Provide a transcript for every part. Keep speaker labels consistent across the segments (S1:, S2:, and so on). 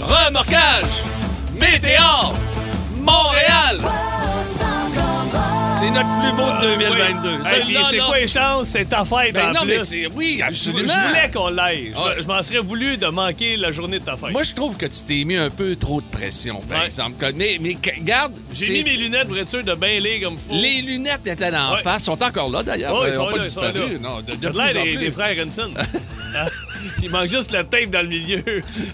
S1: Remorquage, Météor, Montréal. C'est notre plus beau de 2022.
S2: Ah, Hey, puis
S1: Celui-là,
S2: c'est
S1: non.
S2: quoi les chances? C'est ta fête
S1: Ben
S2: en
S1: non,
S2: plus.
S1: mais c'est. Oui,
S2: Je,
S1: absolument.
S2: je voulais qu'on l'aille. Je,
S1: Ah.
S2: je m'en serais voulu de manquer la journée de ta fête.
S1: Moi, je trouve que tu t'es mis un peu trop de pression, par
S2: Ouais.
S1: exemple. Comme- Mais, mais que- garde,
S2: J'ai
S1: c'est-
S2: mis mes lunettes pour être sûr de bien les comme faut.
S1: les lunettes étaient en
S2: Ouais.
S1: face, sont encore là d'ailleurs.
S2: Ouais, ils
S1: Elles
S2: sont
S1: n'ont pas
S2: là, ils sont
S1: disparu.
S2: là.
S1: Non, de, de
S2: J'ai de
S1: plus
S2: l'air
S1: en
S2: des,
S1: plus.
S2: des frères Henson. Ah, Il manque juste la tape dans le milieu.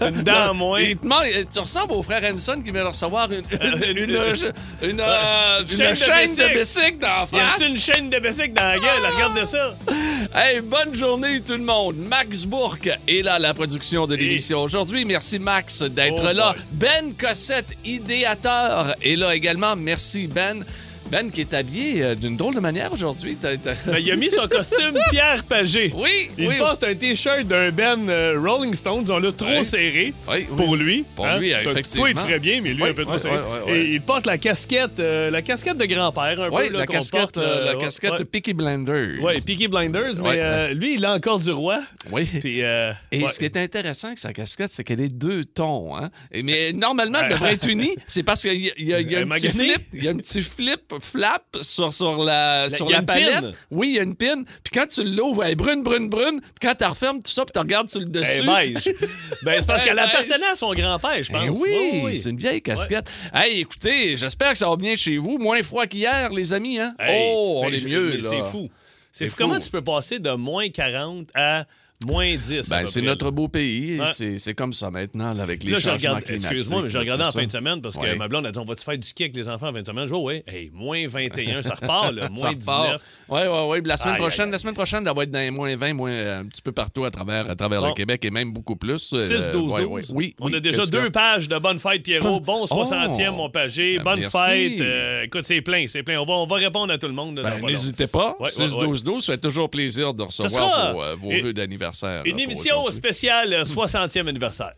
S2: Une dent en moins.
S1: Il te manque- eh, tu ressembles au frère Henson qui vient de recevoir une, une, une, une, euh, une
S2: Chaîne de
S1: chaîne
S2: bicycle.
S1: de bicycle d'en
S2: Il a
S1: face.
S2: reçu une chaîne de Bessic dans la gueule. Regarde ça.
S1: Hey, bonne journée tout le monde. Max Bourque est là à la production de l'émission aujourd'hui. Merci Max d'être
S2: Oh
S1: là.
S2: boy.
S1: Ben Cossette, idéateur, est là également. Merci Ben. Ben qui est habillé euh, d'une drôle de manière aujourd'hui. T'as- t'as-
S2: Ben, il a mis son costume Pierre Pagé.
S1: Oui,
S2: Il
S1: oui.
S2: porte un t-shirt d'un Ben euh, Rolling Stones. On l'a trop
S1: Ouais.
S2: serré.
S1: Oui, oui.
S2: Pour lui. hein,
S1: Pour lui,
S2: C'est un petit
S1: effectivement.
S2: peu, il ferait bien, mais lui,
S1: Oui,
S2: un peu trop
S1: oui,
S2: serré.
S1: oui, oui, oui.
S2: Et il porte la casquette, euh, la casquette de grand-père, un
S1: Oui,
S2: peu, là,
S1: la
S2: qu'on
S1: casquette,
S2: porte,
S1: euh, la
S2: ouais,
S1: casquette
S2: ouais.
S1: Peaky Blinders.
S2: Ouais, Peaky Blinders, mais
S1: Ouais.
S2: euh, lui, il a encore du roi.
S1: Oui.
S2: Puis, euh,
S1: Et
S2: ouais.
S1: ce qui est intéressant avec sa casquette, c'est qu'elle est deux tons. Hein? Et- Mais normalement, elle devrait être unie. C'est parce qu'il y, a- il y a- il y a un
S2: Elle m'a
S1: petit
S2: gagné.
S1: flip, il y a un petit flip, flap sur, sur la, sur
S2: il y a
S1: la
S2: une
S1: palette.
S2: pin.
S1: Oui, il y a une pin. Puis quand tu l'ouvres, elle est brune, brune, brune. Puis quand tu refermes tout ça, puis tu regardes sur le dessus.
S2: Elle est beige. Eh ben, c'est parce
S1: Elle
S2: qu'elle
S1: est
S2: appartenait à son grand-père, je pense.
S1: Ben oui,
S2: Ouais, ouais, ouais.
S1: c'est une vieille casquette. Hey, écoutez, j'espère que ça va bien chez vous. Moins froid qu'hier, les amis. Hein?
S2: Hey,
S1: oh, on
S2: ben,
S1: est
S2: je-
S1: mieux.
S2: mais
S1: là.
S2: C'est fou. C'est
S1: C'est
S2: fou. Comment
S1: fou.
S2: tu peux passer de moins 40 à moins 10? à
S1: Ben,
S2: peu
S1: c'est
S2: près,
S1: notre beau pays. et
S2: Ouais.
S1: c'est- C'est comme ça maintenant, là, avec les
S2: Là, je
S1: changements
S2: regarde,
S1: climatiques.
S2: excuse-moi, mais j'ai regardé
S1: tout
S2: en
S1: ça.
S2: fin de semaine parce que
S1: Ouais.
S2: ma blonde a dit on va-tu faire du ski avec les enfants en fin de semaine? Je dis oh, ouais, hey, moins 21, ça repart, là, moins 19.
S1: Oui, oui, oui. La semaine
S2: Aïe,
S1: prochaine,
S2: aïe,
S1: la semaine prochaine, elle va être dans les moins 20, moins, euh, un petit peu partout à travers, à travers le
S2: Bon.
S1: Québec et même beaucoup plus. euh,
S2: 6, 12, 12.
S1: ouais, ouais. Oui,
S2: on
S1: oui,
S2: a déjà
S1: qu'est-ce
S2: deux
S1: qu'il y
S2: pages de Bonne Fête, Pierrot. Bon 60e,
S1: Oh.
S2: mon pagé.
S1: Ben,
S2: Bonne
S1: merci.
S2: fête. Euh, écoute, c'est plein, c'est plein. On va, on va répondre à tout le monde. là,
S1: Ben,
S2: dans pas longtemps.
S1: N'hésitez pas.
S2: Ouais, ouais,
S1: 6, 12, 12. Ça fait toujours plaisir de
S2: sera
S1: recevoir vos, euh, vos
S2: une-
S1: vœux d'anniversaire.
S2: Une
S1: là, pour
S2: émission
S1: Ah, aujourd'hui.
S2: spéciale euh, 60e anniversaire.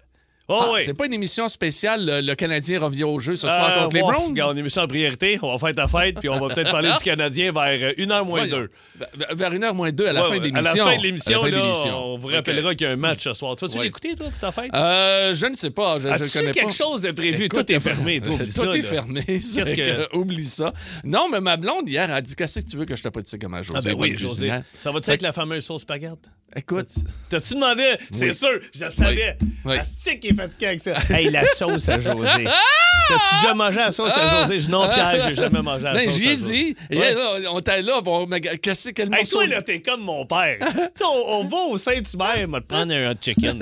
S2: Oh,
S1: Ah,
S2: oui.
S1: C'est pas une émission spéciale. Le, le Canadien revient au jeu ce soir
S2: Euh,
S1: contre les
S2: ouais,
S1: Browns. Ah!
S2: regarde, on est mis ça en priorité. On va faire ta fête, puis on va peut-être parler du Canadien vers 1h moins
S1: Voyons.
S2: 2.
S1: V- Vers 1h moins 2 à la fin de
S2: Ouais,
S1: l'émission.
S2: À la fin de
S1: À
S2: l'émission,
S1: la fin de
S2: là,
S1: l'émission.
S2: on vous
S1: OK.
S2: rappellera qu'il y a un match ce soir. Tu vas-tu
S1: Ouais.
S2: l'écouter, toi, pour ta fête?
S1: Euh, je ne sais pas. Je, je le
S2: As-tu
S1: connais
S2: quelque
S1: pas.
S2: chose de prévu?
S1: Écoute, euh,
S2: Tout est fermé, toi, oublie
S1: Tout
S2: ça,
S1: est
S2: là. Ah,
S1: fermé.
S2: Qu'est-ce
S1: c'est
S2: que-
S1: que- Oublie ça. Non, mais ma blonde, hier, a dit Qu'est-ce que tu veux que je te pratique comme José?
S2: Ah ben
S1: bonne
S2: oui, José.
S1: cuisinière?
S2: Ça va-tu avec la fameuse sauce spaghette?
S1: Écoute,
S2: T'as-tu demandé? C'est sûr, je le savais.
S1: Oui.
S2: Asti qui est fatigué avec ça. Hey, la sauce à José.
S1: Ah!
S2: T'as-tu déjà mangé la sauce à José? Je dis, non, Pierre, j'ai jamais mangé la
S1: ben,
S2: sauce
S1: j'y
S2: à
S1: ai
S2: José.
S1: dit. Et
S2: Ouais.
S1: elle, là, on était là. Bon, mais qu'est-ce que le
S2: Hey,
S1: morceau-
S2: toi, là, t'es comme mon père. Tu sais, on, on va au Saint-Hubert, on va te prendre un hot chicken.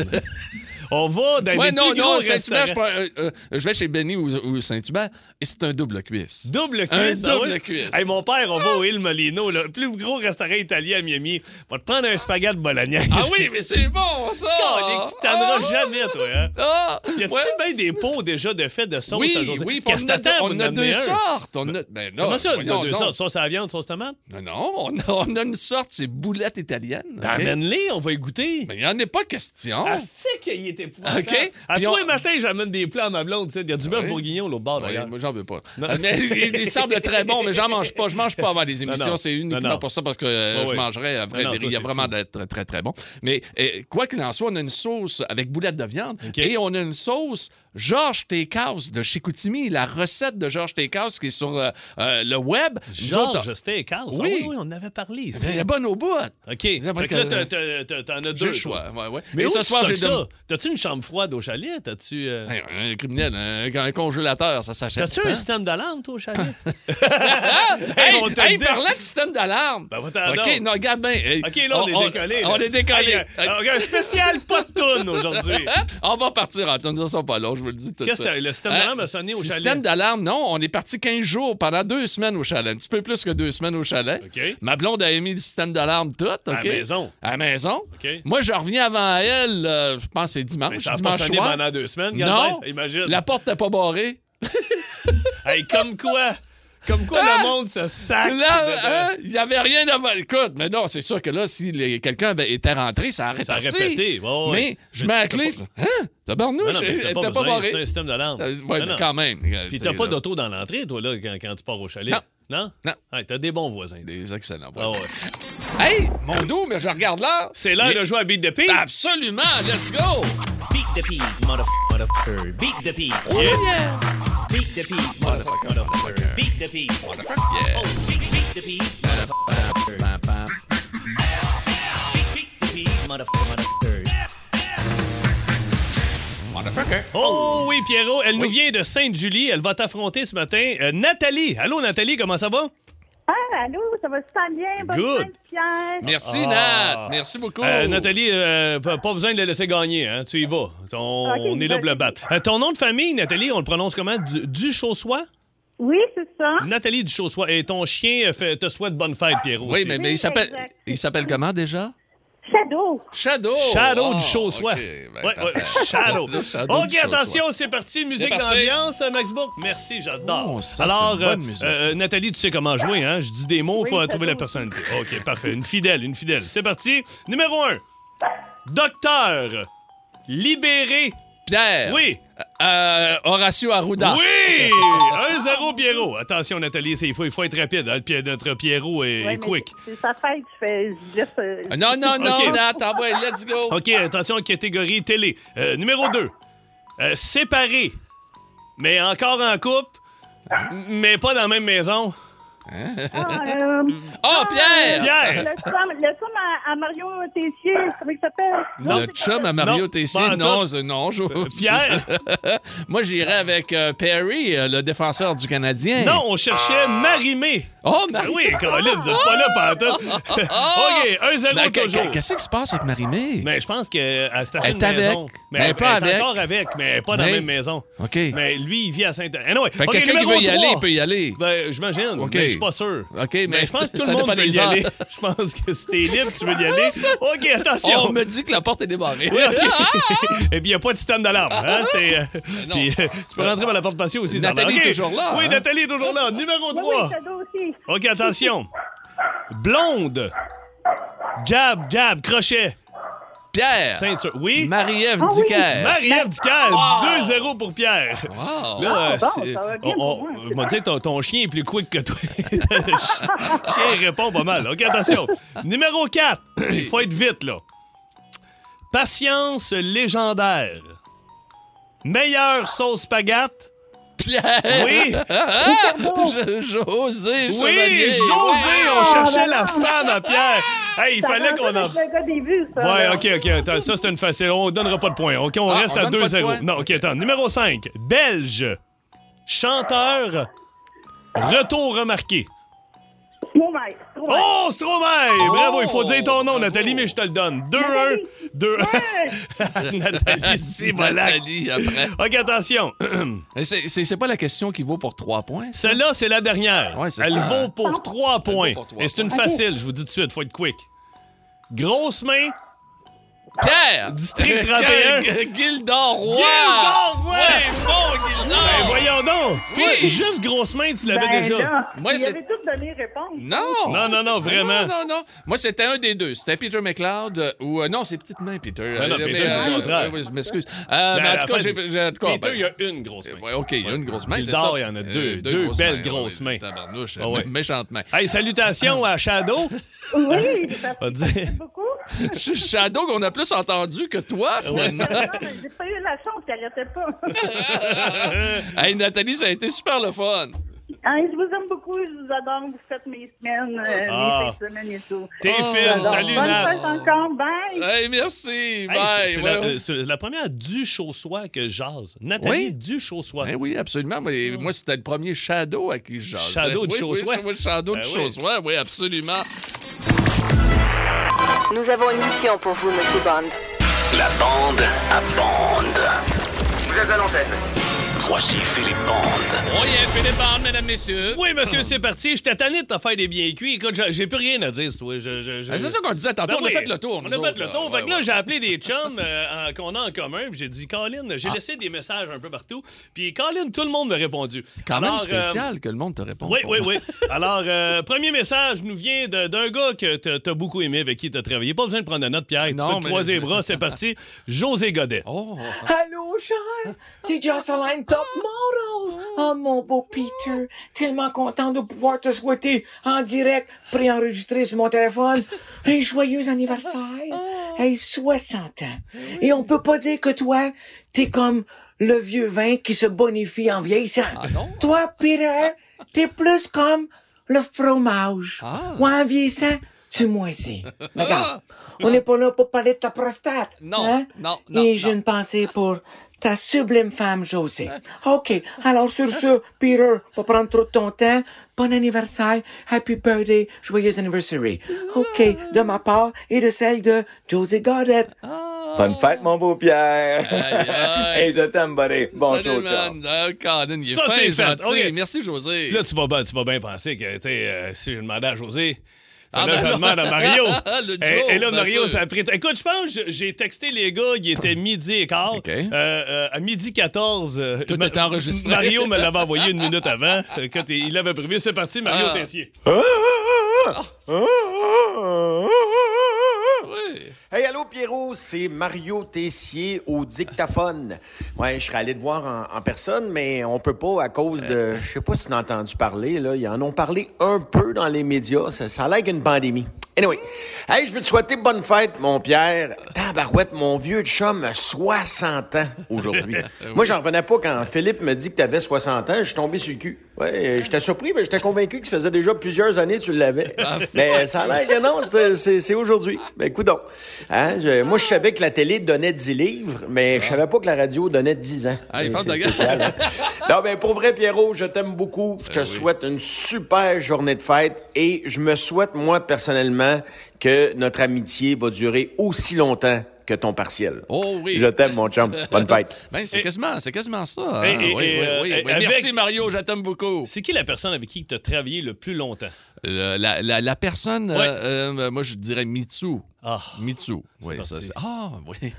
S2: on va dans
S1: Ouais,
S2: les
S1: non,
S2: plus
S1: non,
S2: gros
S1: Saint-Hubert, je,
S2: restaurants.
S1: prends- euh, euh, je vais chez Benny ou, ou Saint-Hubert et c'est un double cuisse.
S2: Double
S1: Un
S2: cuisse. ah
S1: double
S2: ouais?
S1: cuisse.
S2: Hey, mon père, on va au Il Molino, le plus gros restaurant italien à Miami. On va te prendre un spaghetti bolognaise.
S1: ah oui, mais c'est bon, ça!
S2: Calique, tu t'en auras jamais, toi. Hein?
S1: Ah!
S2: Y a-tu
S1: Ouais.
S2: bien des pots déjà de fait de sauce?
S1: Oui,
S2: à José?
S1: oui, puis
S2: Qu'est-ce
S1: on
S2: que
S1: a,
S2: t'attends pour
S1: on
S2: nous
S1: a
S2: en
S1: deux
S2: donner un?
S1: sortes. On a, ben non,
S2: Comment ça, on
S1: voyons,
S2: a deux
S1: non.
S2: sortes? Sauce à la viande, sauce tomate?
S1: Non, non, on a, on a une sorte, c'est boulettes italiennes.
S2: Ben,
S1: OK?
S2: Amène-les, on va y goûter.
S1: Mais il n'y en est pas question.
S2: Ah, c'est qu'il était épouvantable.
S1: OK.
S2: À
S1: Puis
S2: toi,
S1: on-
S2: matin, j'amène des plats à ma blonde. tu sais. Il y a du bœuf
S1: oui.
S2: bourguignon l'autre bord,
S1: Ouais,
S2: d'ailleurs.
S1: moi, j'en veux pas. Euh, Mais, il, il semble très bon, mais j'en mange pas. Je mange pas avant les émissions.
S2: non.
S1: C'est
S2: Non,
S1: uniquement
S2: non.
S1: pour ça, parce que euh,
S2: Ouais,
S1: je
S2: ouais.
S1: mangerais à vrai
S2: Non, non,
S1: dire,
S2: toi,
S1: Il y a
S2: c'est
S1: vraiment
S2: fou.
S1: d'être très, très, très bon. Mais euh, quoi qu'il en soit, on a une sauce avec boulettes de viande et on a une sauce Georges Steakhouse de Chicoutimi. La recette de Georges Steakhouse qui est sur euh, euh, le web. Nous autres,
S2: Georges hein. Steakhouse. Ah
S1: Oui.
S2: oui, oui, on en avait parlé ici.
S1: elle est bonne au bout.
S2: OK.
S1: N'importe
S2: Fait que là,
S1: quel-
S2: t'as- t'as- t'as- t'en as deux.
S1: J'ai le
S2: toi.
S1: choix. Ouais, ouais.
S2: Mais
S1: et
S2: où
S1: ce
S2: tu
S1: soir, j'ai
S2: stockes
S1: dem-
S2: ça? T'as-tu une chambre froide au chalet? T'as-tu... euh,
S1: Hey, Un criminel, un, un congélateur, ça s'achète.
S2: T'as-tu
S1: hein?
S2: un système d'alarme, toi, au chalet?
S1: Ah!
S2: Hey,
S1: hey,
S2: on te
S1: hey,
S2: le dit.
S1: parlant de système d'alarme.
S2: Ben, va-t'en
S1: OK,
S2: donc.
S1: non, regarde bien. hey,
S2: OK, là, on, est décollé. là.
S1: On est décollé.
S2: Hey, euh, euh, un spécial pas de toune aujourd'hui.
S1: Hein? On va partir en tournée, ça sera pas long, je vous le dis tout de
S2: Qu'est-ce
S1: suite.
S2: que le système
S1: Hein?
S2: d'alarme a sonné au chalet?
S1: Système d'alarme, non, on est parti 15 jours, pendant deux semaines au chalet, un petit peu plus que deux semaines au chalet.
S2: OK.
S1: Ma blonde a émis le système d'alarme tout, OK?
S2: la maison.
S1: À la maison.
S2: OK.
S1: Moi, je reviens avant elle, euh, je pense que c'est dimanche,
S2: Mais ça a pas
S1: dimanche
S2: sonné
S1: soir.
S2: pendant deux semaines,
S1: Non,
S2: Gandalf, imagine.
S1: la porte n'est pas barrée.
S2: Hey, comme quoi, comme quoi le monde se sac.
S1: Là, Ah! hein, il n'y avait rien avant. Écoute, mais non, c'est sûr que là, si les- quelqu'un avait- était rentré, ça aurait
S2: Ça a
S1: parti.
S2: répété, ouais, ouais.
S1: Mais je
S2: Mais
S1: mets la
S2: tu peux
S1: clé. Hein? Tabarnouche,
S2: Non, non, mais
S1: elle
S2: t'as
S1: était
S2: pas
S1: pas,
S2: besoin,
S1: barrée.
S2: c'est un système d'alarme.
S1: Euh, ouais,
S2: Non,
S1: mais
S2: non.
S1: quand même. euh,
S2: Puis
S1: tu
S2: t'as
S1: sais,
S2: pas
S1: là,
S2: d'auto dans l'entrée, toi, là, quand, quand tu pars au chalet. Non.
S1: Non.
S2: Hey, t'as des bons voisins.
S1: Des excellents
S2: Ah ouais.
S1: voisins. Hey, mon dos, mais je regarde là.
S2: C'est l'heure
S1: Mais-
S2: de jouer à Beat the Pig.
S1: Absolument, let's go!
S2: Beat
S3: the pig, motherf- motherfucker. Beat the pig.
S1: Yeah.
S3: Beat the pig, motherfucker. motherfucker. Beat the pig.
S1: Motherfucker, yeah.
S3: Oh, beat, beat the pig, motherfucker.
S1: Pam, pam.
S3: Beat, beat the pig, motherfucker. motherfucker.
S1: Motherfucker.
S2: Oh oui, Pierrot, elle nous vient de Sainte-Julie. Elle va t'affronter ce matin. Euh, Nathalie. Allô, Nathalie, comment ça va?
S4: Ah, allô, ça va super bien. Bonne
S2: Good.
S4: fête, Pierre.
S1: Merci,
S2: Ah.
S1: Nat. Merci beaucoup.
S2: Euh, Nathalie, euh, pas pas besoin de la laisser gagner. Hein? Tu y vas. On,
S4: Ok,
S2: on est là pour le
S4: vas-y.
S2: battre. Euh, ton nom de famille, Nathalie, on le prononce comment? Du, Duchaussois?
S4: Oui, c'est ça.
S2: Nathalie Duchaussois. Et ton chien euh, fait- te souhaite bonne fête, Pierrot.
S1: Oui,
S2: aussi.
S1: mais, mais il
S4: Oui,
S1: s'appelle
S4: exact.
S1: il s'appelle comment déjà?
S4: Shadow.
S1: Shadow.
S2: Shadow
S1: Oh,
S2: du Chaussois.
S1: ok, ben,
S2: Ouais, ouais,
S1: parfait.
S2: Shadow.
S1: Le Shadow
S2: OK,
S1: du Chaussois.
S2: attention, c'est parti. Musique
S1: C'est parti.
S2: d'ambiance, euh, Max Book. Merci, j'adore.
S1: Oh, ça,
S2: Alors,
S1: c'est une bonne musique.
S2: euh, Nathalie, tu sais comment jouer, hein? Je dis des mots, il
S4: Oui,
S2: faut
S4: ça
S2: trouver la
S4: joue.
S2: personnalité. OK, parfait. Une fidèle, une fidèle. C'est parti. Numéro un. Docteur. Libéré.
S1: Pierre.
S2: Oui.
S1: Euh, Horacio Arruda.
S2: Oui! 1-0 Pierrot. Attention, Nathalie, c'est- il faut, il faut être rapide. hein, le Pierre- notre Pierrot est,
S4: Ouais, mais
S2: est quick. Ah,
S4: C'est sa fête, je fais. Je laisse, euh,
S1: Non, non, non,
S2: Ok.
S1: Nat, envoie, let's go.
S2: OK, attention, catégorie télé. Euh, numéro 2. séparé. Mais encore en couple. m- Mais pas dans la même maison.
S4: ah, euh,
S1: Oh, Pierre!
S2: Pierre!
S4: le chum, le chum à, à Mario Tessier, comment il s'appelle?
S2: Non.
S1: Le chum à Mario
S2: Non,
S1: Tessier,
S2: pas en tout. Euh,
S1: non, c'est- non, je-
S2: Pierre!
S1: Moi, j'irais avec euh, Perry, euh, le défenseur du Canadien.
S2: non, on cherchait Marimé.
S1: Oh,
S2: Ah
S1: Marie.
S2: oui, Caroline, vous êtes pas là, pantoute. OK, 1-0
S1: Ben, qu-
S2: toujours.
S1: qu- Qu'est-ce qui se passe avec Marie-Mé?
S2: Mais je pense qu'elle s'est acheté
S1: Elle
S2: une
S1: est avec,
S2: maison.
S1: mais pas
S2: elle est
S1: avec.
S2: encore avec, mais pas dans
S1: Mais-
S2: la même maison.
S1: OK.
S2: Mais lui, il vit à Saint-Anne. Anyway,
S1: Fait que
S2: OK,
S1: quelqu'un qui
S2: numéro
S1: veut y
S2: trois.
S1: aller, il peut y aller.
S2: Ben, j'imagine,
S1: OK.
S2: mais je suis pas sûr.
S1: OK, mais
S2: je pense que tout
S1: ça
S2: le monde
S1: dépend
S2: peut
S1: des
S2: y
S1: heures.
S2: aller. Je pense que si t'es libre, tu veux y aller. OK, attention.
S1: On me dit que la porte est débarrée.
S2: Oui, OK. Eh bien, il n'y a pas de système d'alarme. Hein? c'est, euh,
S1: Ah, Ben non.
S2: puis, euh, tu peux rentrer par la porte patio aussi. ça a l'air.
S1: Nathalie
S2: OK.
S1: est toujours là,
S2: Oui,
S1: hein?
S2: Nathalie est toujours là. Numéro
S4: Oui,
S2: 3.
S4: oui, Shadow aussi.
S2: OK, attention. Blonde. Jab, jab, crochet.
S1: Pierre.
S2: Ceinture. Oui.
S1: Marie-Ève
S4: Ah oui.
S1: Ducaire.
S2: Marie-Ève Ducaire,
S1: Wow.
S2: 2-0 pour Pierre.
S1: Wow.
S2: Là, euh,
S4: Ah, bon,
S2: c'est-
S4: ça va bien
S2: on,
S4: pour
S2: on-
S4: moi.
S2: on m'a dit, ton, ton chien est plus quick que toi. Le chien répond pas mal. OK, attention. Numéro 4. Il faut être vite, là. Patience légendaire. Meilleure sauce pagate.
S1: Pierre.
S2: Oui,
S1: Je- José
S2: oui,
S1: Chevalier.
S2: José,
S1: Wow.
S2: on cherchait
S4: ben
S2: la femme à Pierre. Hey, il
S4: Ça
S2: fallait
S4: va
S2: qu'on en...
S4: avec le gars des vues, ça.
S2: Ouais,
S4: là.
S2: OK, OK. Attends, ça, c'est une facile. On donnera pas de points. OK, on
S1: Ah,
S2: reste
S1: on
S2: à
S1: donne pas de
S2: 2-0.
S1: points?
S2: Non, OK, attends. Numéro 5. Belge. Chanteur. Retour remarqué.
S4: Stromae, Stromae.
S2: Oh, Stromae! Bravo, il faut dire ton nom,
S1: bravo.
S2: Nathalie, mais je te le donne.
S4: Nathalie.
S2: 2-1.
S4: Ouais.
S2: 2-1. Nathalie Sibolac.
S1: Nathalie, après.
S2: OK, attention.
S1: Mais c'est- C'est c'est pas la question qui vaut pour trois points. ça?
S2: Celle-là, c'est la dernière.
S1: Ouais, c'est
S2: Elle
S1: ça.
S2: vaut pour 3 points.
S1: pour trois
S2: Et c'est une
S1: points.
S2: facile, je vous dis tout de suite, faut être quick. Grosse main.
S1: Pierre.
S2: District 31.
S1: Gildor Roy.
S2: Gildor Roy.
S1: Ouais, bon, Gildor.
S2: Ben, voyons donc! Toi,
S1: Oui.
S2: juste grosse main, tu l'avais
S4: Ben
S2: déjà.
S4: là,
S1: Moi,
S4: il
S1: c'est-
S4: avait toutes donné réponse.
S1: Non!
S2: Non, non, non, vraiment.
S1: Non, non, non. Moi, c'était un des deux. C'était Peter McLeod euh, ou. euh, non, c'est Petite Main, Peter.
S2: Ben Non, non,
S1: Euh,
S2: Peter,
S1: mais,
S2: c'est le
S1: euh,
S2: contraire. Ben,
S1: euh, oui, je m'excuse. Euh, mais
S2: à
S1: en
S2: la
S1: tout
S2: fin,
S1: cas, j'ai. j'ai- en tout cas,
S2: Peter,
S1: ben,
S2: il y a une grosse main.
S1: ouais, OK, il y a une grosse main. c'est
S2: Gildor,
S1: ça.
S2: il y en a
S1: Euh,
S2: deux, deux belles grosses
S1: ouais,
S2: mains.
S1: Tabarnouche,
S2: Ah ouais.
S1: mé- méchante main.
S2: Hey, salutations à Shadow.
S4: Oui, ça
S2: On va dire.
S4: fait beaucoup.
S1: Je- Shadow, qu'on a plus entendu que toi, finalement.
S4: Non, mais J'ai pas eu la chance, qu'elle arrêtait pas.
S1: hey, Nathalie, ça a été super le fun.
S4: Hein, je vous aime beaucoup, je vous adore, vous faites mes semaines, euh,
S2: Ah.
S4: mes fins de semaine et tout.
S2: T'es
S1: Oh,
S2: fine.
S1: j'adore.
S2: Salut,
S4: Bonne
S2: Nat. Euh,
S4: fête encore, bye!
S1: Hey, merci.
S2: Hey,
S1: Bye.
S2: c'est- c'est
S1: Ouais,
S2: la,
S1: ouais.
S2: euh, c'est la première du Chaussois que jase. Nathalie
S1: Oui.
S2: du Chaussois.
S1: Ben oui, absolument. Mais moi, c'était le premier Shadow à qui je jasais.
S2: Shadow du
S1: Oui, oui,
S2: Chaussois.
S1: oui, Shadow
S2: Ben
S1: du
S2: oui.
S1: Chaussois, oui, absolument.
S5: Nous avons une mission pour vous, Monsieur Bond.
S6: La bande à bande.
S7: Vous êtes à l'antenne.
S6: Voici Philippe Bande.
S1: Oh yeah, Philippe Bond, mesdames, messieurs.
S2: Oui, monsieur, c'est parti. J'étais tanné de te faire des biens cuits. Écoute, j'ai- j'ai plus rien à dire, c'est toi. Je- je- je-
S1: Ah, c'est ça qu'on disait tantôt.
S2: Ben
S1: on a
S2: oui.
S1: fait le tour.
S2: On
S1: nous
S2: a fait
S1: autres,
S2: le tour.
S1: Ouais,
S2: fait que là,
S1: ouais.
S2: j'ai appelé des chums euh, en- qu'on a en commun. puis J'ai dit, Colin,
S1: Ah.
S2: j'ai laissé des messages un peu partout. Puis, Colin, tout le monde m'a répondu.
S1: Quand même
S2: Alors, euh,
S1: spécial que le monde te réponde.
S2: Oui,
S1: pour
S2: oui,
S1: moi.
S2: oui. Alors, euh, premier message nous vient de- d'un gars que t'as t'as beaucoup aimé, avec qui t'as travaillé. Pas besoin de prendre de note, Pierre.
S1: Non,
S2: tu peux te
S1: mais-
S2: croiser les bras, c'est parti. José Godet.
S1: Oh,
S8: Allô, Charles? C'est Jocelyn de
S7: top model. Ah, mon beau Peter, tellement content de pouvoir te souhaiter en direct, préenregistré sur mon téléphone, un joyeux anniversaire.
S1: Ah.
S7: Hey, 60 ans. Et on peut pas dire que toi, t'es comme le vieux vin qui se bonifie en vieillissant.
S1: Ah, non?
S7: Toi, Peter, t'es plus comme le fromage.
S1: Ah.
S7: Ou en vieillissant, tu moisis. Mais Regarde, on n'est pas là pour parler de ta prostate.
S1: Non,
S7: hein?
S1: non, non,
S7: Et j'ai
S1: non.
S7: une pensée pour ta sublime femme Josée. OK. Alors, sur ce, Peter, pas prendre trop de ton temps. Bon anniversaire. Happy birthday. Joyeux anniversary. OK. De ma part et de celle de Josée Goddard. Oh. Bonne fête, mon beau Pierre.
S1: Aïe, aïe.
S7: Et je t'aime, buddy. Bon
S1: Salut,
S7: show, ciao.
S1: man. Ah, Colin, il est
S2: Ça,
S1: fin,
S2: c'est fait.
S1: gentil.
S2: OK.
S1: Merci, José.
S2: Puis Là, tu vas, ben- tu vas bien penser que, tu sais, euh, si je demandais à José,
S1: Ah,
S2: là,
S1: ben
S2: je
S1: non.
S2: demande à Mario.
S1: Le duo, ben
S2: et, et là,
S1: bien
S2: Mario,
S1: sûr.
S2: ça a pris. Écoute, je pense que j'ai texté les gars, il était midi et quart.
S1: OK.
S2: Euh, euh, à midi 14. euh,
S1: Tout
S2: Ma-
S1: était enregistré.
S2: Mario me l'avait envoyé une minute avant. euh, Quand il il l'avait prévu, c'est parti, Mario
S1: Ah.
S2: Tessier.
S1: Oui.
S8: Hey, allô, Pierrot, c'est Mario Tessier au dictaphone. Ouais, je serais allé te voir en, en personne, mais on peut pas à cause de... Je sais pas si t'as entendu parler, là. Ils en ont parlé un peu dans les médias. Ça, ça a l'air qu'une pandémie. Anyway, hey, je veux te souhaiter bonne fête, mon Pierre. Tabarouette, mon vieux chum a 60 ans aujourd'hui. Moi, j'en revenais pas quand Philippe me dit que t'avais 60 ans. Je suis tombé sur le cul. Ouais, euh, j'étais surpris, mais j'étais convaincu que ça faisait déjà plusieurs années que tu l'avais. mais ça a l'air que non, c'est- c'est c'est aujourd'hui. Ben, coudonc. Hein, je- moi, je savais que la télé donnait 10 livres, mais je savais pas que la radio donnait 10 ans.
S1: Hey,
S8: Euh,
S1: ferme
S8: c'est
S1: ta gueule.
S8: spécial, hein. Non, ben, pour vrai, Pierrot, je t'aime beaucoup. Je te
S1: Ben oui.
S8: souhaite une super journée de fête et je me souhaite, moi, personnellement, que notre amitié va durer aussi longtemps que ton partiel.
S1: Oh oui.
S8: Je t'aime, mon chum. Bonne fête.
S1: Ben, c'est
S2: Et-
S1: quasiment, c'est quasiment ça. hein.
S2: Et- et-
S1: oui,
S2: et,
S1: oui,
S2: euh,
S1: oui,
S2: et
S1: oui.
S2: avec-
S1: Merci, Mario, je t'aime beaucoup.
S2: C'est qui la personne avec qui tu as travaillé le plus longtemps?
S1: Le- la, la- la personne,
S2: Ouais.
S1: euh, euh, moi, je dirais Mitsu.
S2: Ah.
S1: Mitsu. Oui,
S2: parti.
S1: ça, c'est. Ah, oui.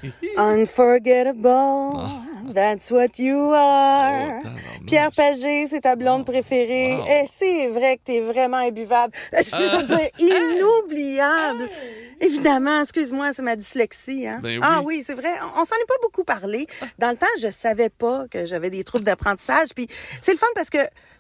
S7: Ah.
S9: Unforgettable, that's what you
S7: hein?
S9: are.
S1: Oh, tabarnouche.
S9: Pierre Pagé, c'est ta blonde préférée.
S1: Wow. Ah.
S9: Et c'est vrai que t'es vraiment imbuvable. Je veux dire, inoubliable. Évidemment, excuse-moi, c'est ma dyslexie. Hein?
S1: Ben oui.
S9: Ah oui, c'est vrai. On, on s'en est pas beaucoup parlé. Dans le temps, je savais pas que j'avais des troubles d'apprentissage. Puis c'est le fun parce que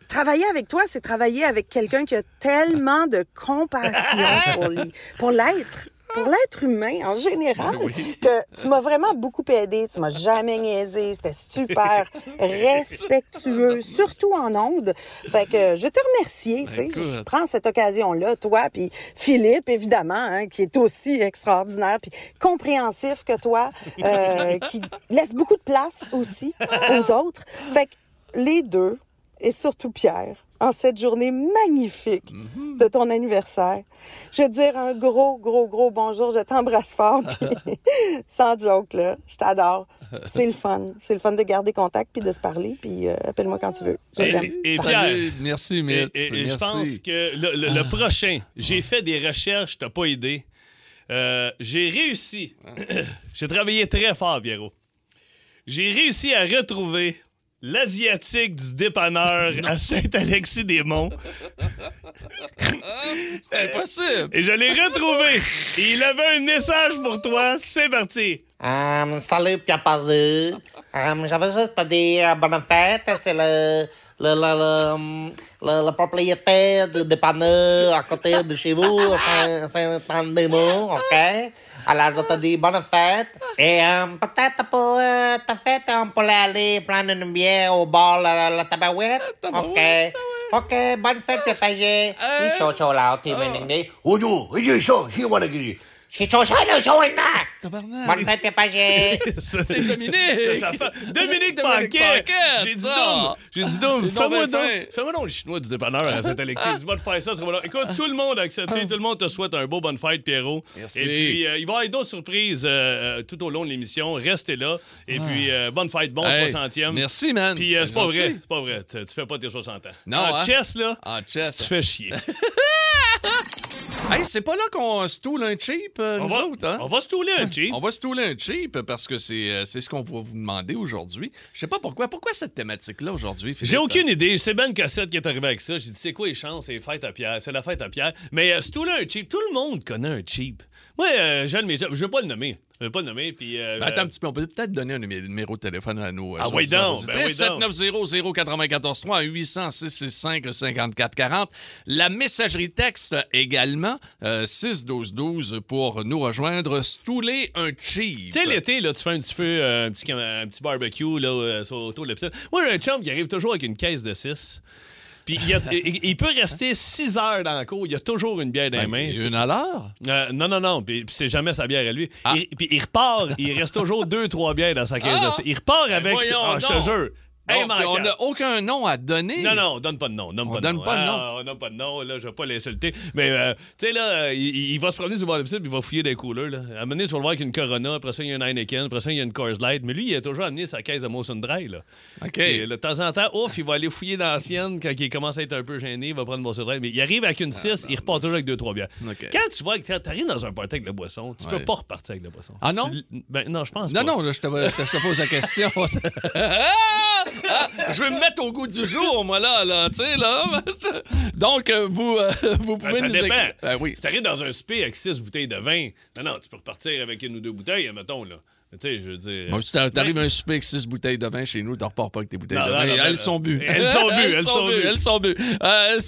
S9: travailler avec toi, c'est travailler avec quelqu'un qui a tellement de compassion pour les- pour l'être. Pour l'être humain en général,
S1: Ben oui.
S9: que tu m'as vraiment beaucoup aidé, tu m'as jamais niaisé, c'était super respectueux, surtout en ondes. Fait que je te remercie, tu sais,
S1: écoute.
S9: je prends cette occasion-là, toi, puis Philippe, évidemment, hein, qui est aussi extraordinaire, puis compréhensif que toi, euh, qui laisse beaucoup de place aussi aux autres. Fait que les deux, et surtout Pierre, en cette journée magnifique de ton anniversaire, je veux dire un gros, gros, gros bonjour, je t'embrasse fort, puis sans joke, là, je t'adore. C'est le fun. C'est le fun de garder contact, puis de se parler, puis euh, appelle-moi quand tu veux. Je
S2: Et,
S9: t'aime.
S2: et Pierre.
S1: Salut, merci,
S2: Et,
S1: Mitsu.
S2: et- et je pense
S1: Merci. Ah.
S2: que le, le- le prochain, j'ai fait des recherches, t'as pas aidé. Euh, j'ai réussi. j'ai travaillé très fort, Pierrot. J'ai réussi à retrouver l'Asiatique du dépanneur à Saint-Alexis-des-Monts.
S1: C'est impossible.
S2: Et je l'ai retrouvé. Et il avait un message pour toi. C'est parti.
S10: Euh, salut Pierre Pazé. Euh, J'avais juste à dire euh, bonne fête. C'est le, le, le, le, le- le propriétaire du dépanneur à côté de chez vous, Saint- Saint-Andémo, OK? Alors, je te dis bonne fête. Et euh, peut-être pour euh, ta fête, on pourrait aller prendre une bière au bar La, la
S11: Ah,
S10: Tabarouette. OK. OK, bonne fête, Pierre Pazé.
S11: Hein?
S10: He's so chill out, he's winning day. Oh, no, he's so, he wanna give you. She's so chill, he's so in there.
S11: Ah.
S1: Tabarnak.
S10: Bonne fête, Pierre Pagé.
S1: C'est Dominique.
S2: C'est sa fa- Dominique
S1: Dominique
S2: Paquet!
S1: Paquette,
S2: J'ai dit
S1: ça.
S2: donc, j'ai dit donc,
S1: Il est donc Ah.
S2: fais-moi
S1: bien fin.
S2: donc, fais-moi donc le chinois du dépanneur à saint alexis Va te faire ça, tu vas voir. Écoute, tout le monde a accepté, tout le monde te souhaite un beau bonne fête, Pierrot.
S1: Ah. Merci.
S2: Et puis, euh, il va y avoir d'autres surprises euh, euh, tout au long de l'émission. Restez là. Et puis, euh, bonne fête, bon
S1: Ah. Hey,
S2: 60e.
S1: Merci, man.
S2: Puis, euh, c'est pas
S1: Gentil.
S2: vrai, c'est pas vrai. Tu, tu fais pas tes 60 ans.
S1: Non,
S2: En
S1: hein?
S2: chess, là,
S1: En
S2: tu
S1: chess.
S2: te fais chier.
S1: Hey, c'est pas là qu'on se toule un cheap, euh, nous
S2: on, va,
S1: autres, hein?
S2: on va se touler un cheap.
S1: On va se touler un cheap parce que c'est euh, c'est ce qu'on va vous demander aujourd'hui. Je sais pas pourquoi. Pourquoi cette thématique-là aujourd'hui, Philippe?
S2: J'ai aucune idée. C'est Ben Cassette qui est arrivé avec ça. J'ai dit, c'est quoi les chances? C'est fête à Pierre. C'est la fête à Pierre. Mais euh, c'est tout là un cheap. Tout le monde connaît un cheap. Moi, euh, j'aime mes jobs. Je veux pas le nommer. Je ne vais pas le nommer, puis. euh,
S1: Ben,
S2: je-
S1: attends un petit peu, on peut peut-être donner un numé- numéro de téléphone à nos. euh,
S2: Ah, oui,
S1: auditeurs.
S2: donc, ben, oui,
S1: 790 094 3 800 665 54 40. La messagerie texte également, euh, 6 12 12 pour nous rejoindre. Stouler un cheap.
S2: Tu sais, l'été, là, tu fais un petit feu, euh, un, petit, cam- un petit barbecue là, euh, sur- autour de la piscine. Moi, j'ai un chum qui arrive toujours avec une caisse de 6. Puis il, y a- il- il peut rester 6 heures dans la cour. Il y a toujours une bière dans les
S1: Ben,
S2: mains.
S1: une à l'heure?
S2: Euh, non, non, non. Puis puis c'est jamais sa bière à lui.
S1: Ah.
S2: Il- puis il repart. il reste toujours 2-3 bières dans sa caisse
S1: Ah!
S2: de 6. Il repart avec.
S1: voyons
S2: Ah, je te
S1: donc.
S2: jure.
S1: Non, puis
S2: immanquable.
S1: on n'a aucun nom à donner.
S2: Non, non, on donne pas de nom. Donne
S1: On
S2: pas de
S1: donne
S2: nom.
S1: pas de
S2: Ah,
S1: nom.
S2: on donne pas de nom, là, je vais pas l'insulter. Mais, euh, tu sais, là, il, il va se promener sur le bord de la piscine, puis il va fouiller des couleurs. Là. À un moment donné, tu vas le voir avec une Corona, après ça, il y a une Heineken, après ça, il y a une Coors Light. Mais lui, il a toujours amené sa caisse de Molson Dry, là.
S1: OK.
S2: Et, là, de temps en temps, ouf, il va aller fouiller dans la sienne quand il commence à être un peu gêné, il va prendre Molson Dry. Mais il arrive avec une 6, il repart toujours avec 2-3 bières.
S1: Ah, bah, OK.
S2: Quand tu vois que t'a- t'arrives dans un party avec la boisson, tu
S1: Ouais.
S2: peux pas repartir avec la boisson.
S1: Ah non?
S2: Tu- Ben, non, je pense
S1: Non,
S2: pas.
S1: non, là, je te, je te pose la question. Ah! Ah! je vais me mettre au goût du jour, moi, là, là, tu sais, là. Donc, euh, vous, euh, vous
S2: Ben,
S1: pouvez
S2: ça
S1: nous
S2: dépend.
S1: écrire. Ben oui.
S2: Si t'arrives dans un spé avec six bouteilles de vin, non, non, tu peux repartir avec une ou deux bouteilles, mettons, là. Mais Tu sais, je veux dire. euh,
S1: Bon, si t'a- t'arrives
S2: Mais-
S1: un souper avec six bouteilles de vin chez nous, t'en repars pas avec tes bouteilles
S2: Non,
S1: de
S2: non,
S1: vin.
S2: non,
S1: elles
S2: non.
S1: sont bues.
S2: Elles sont bues, elles sont bues.
S1: Elles sont bues. Euh,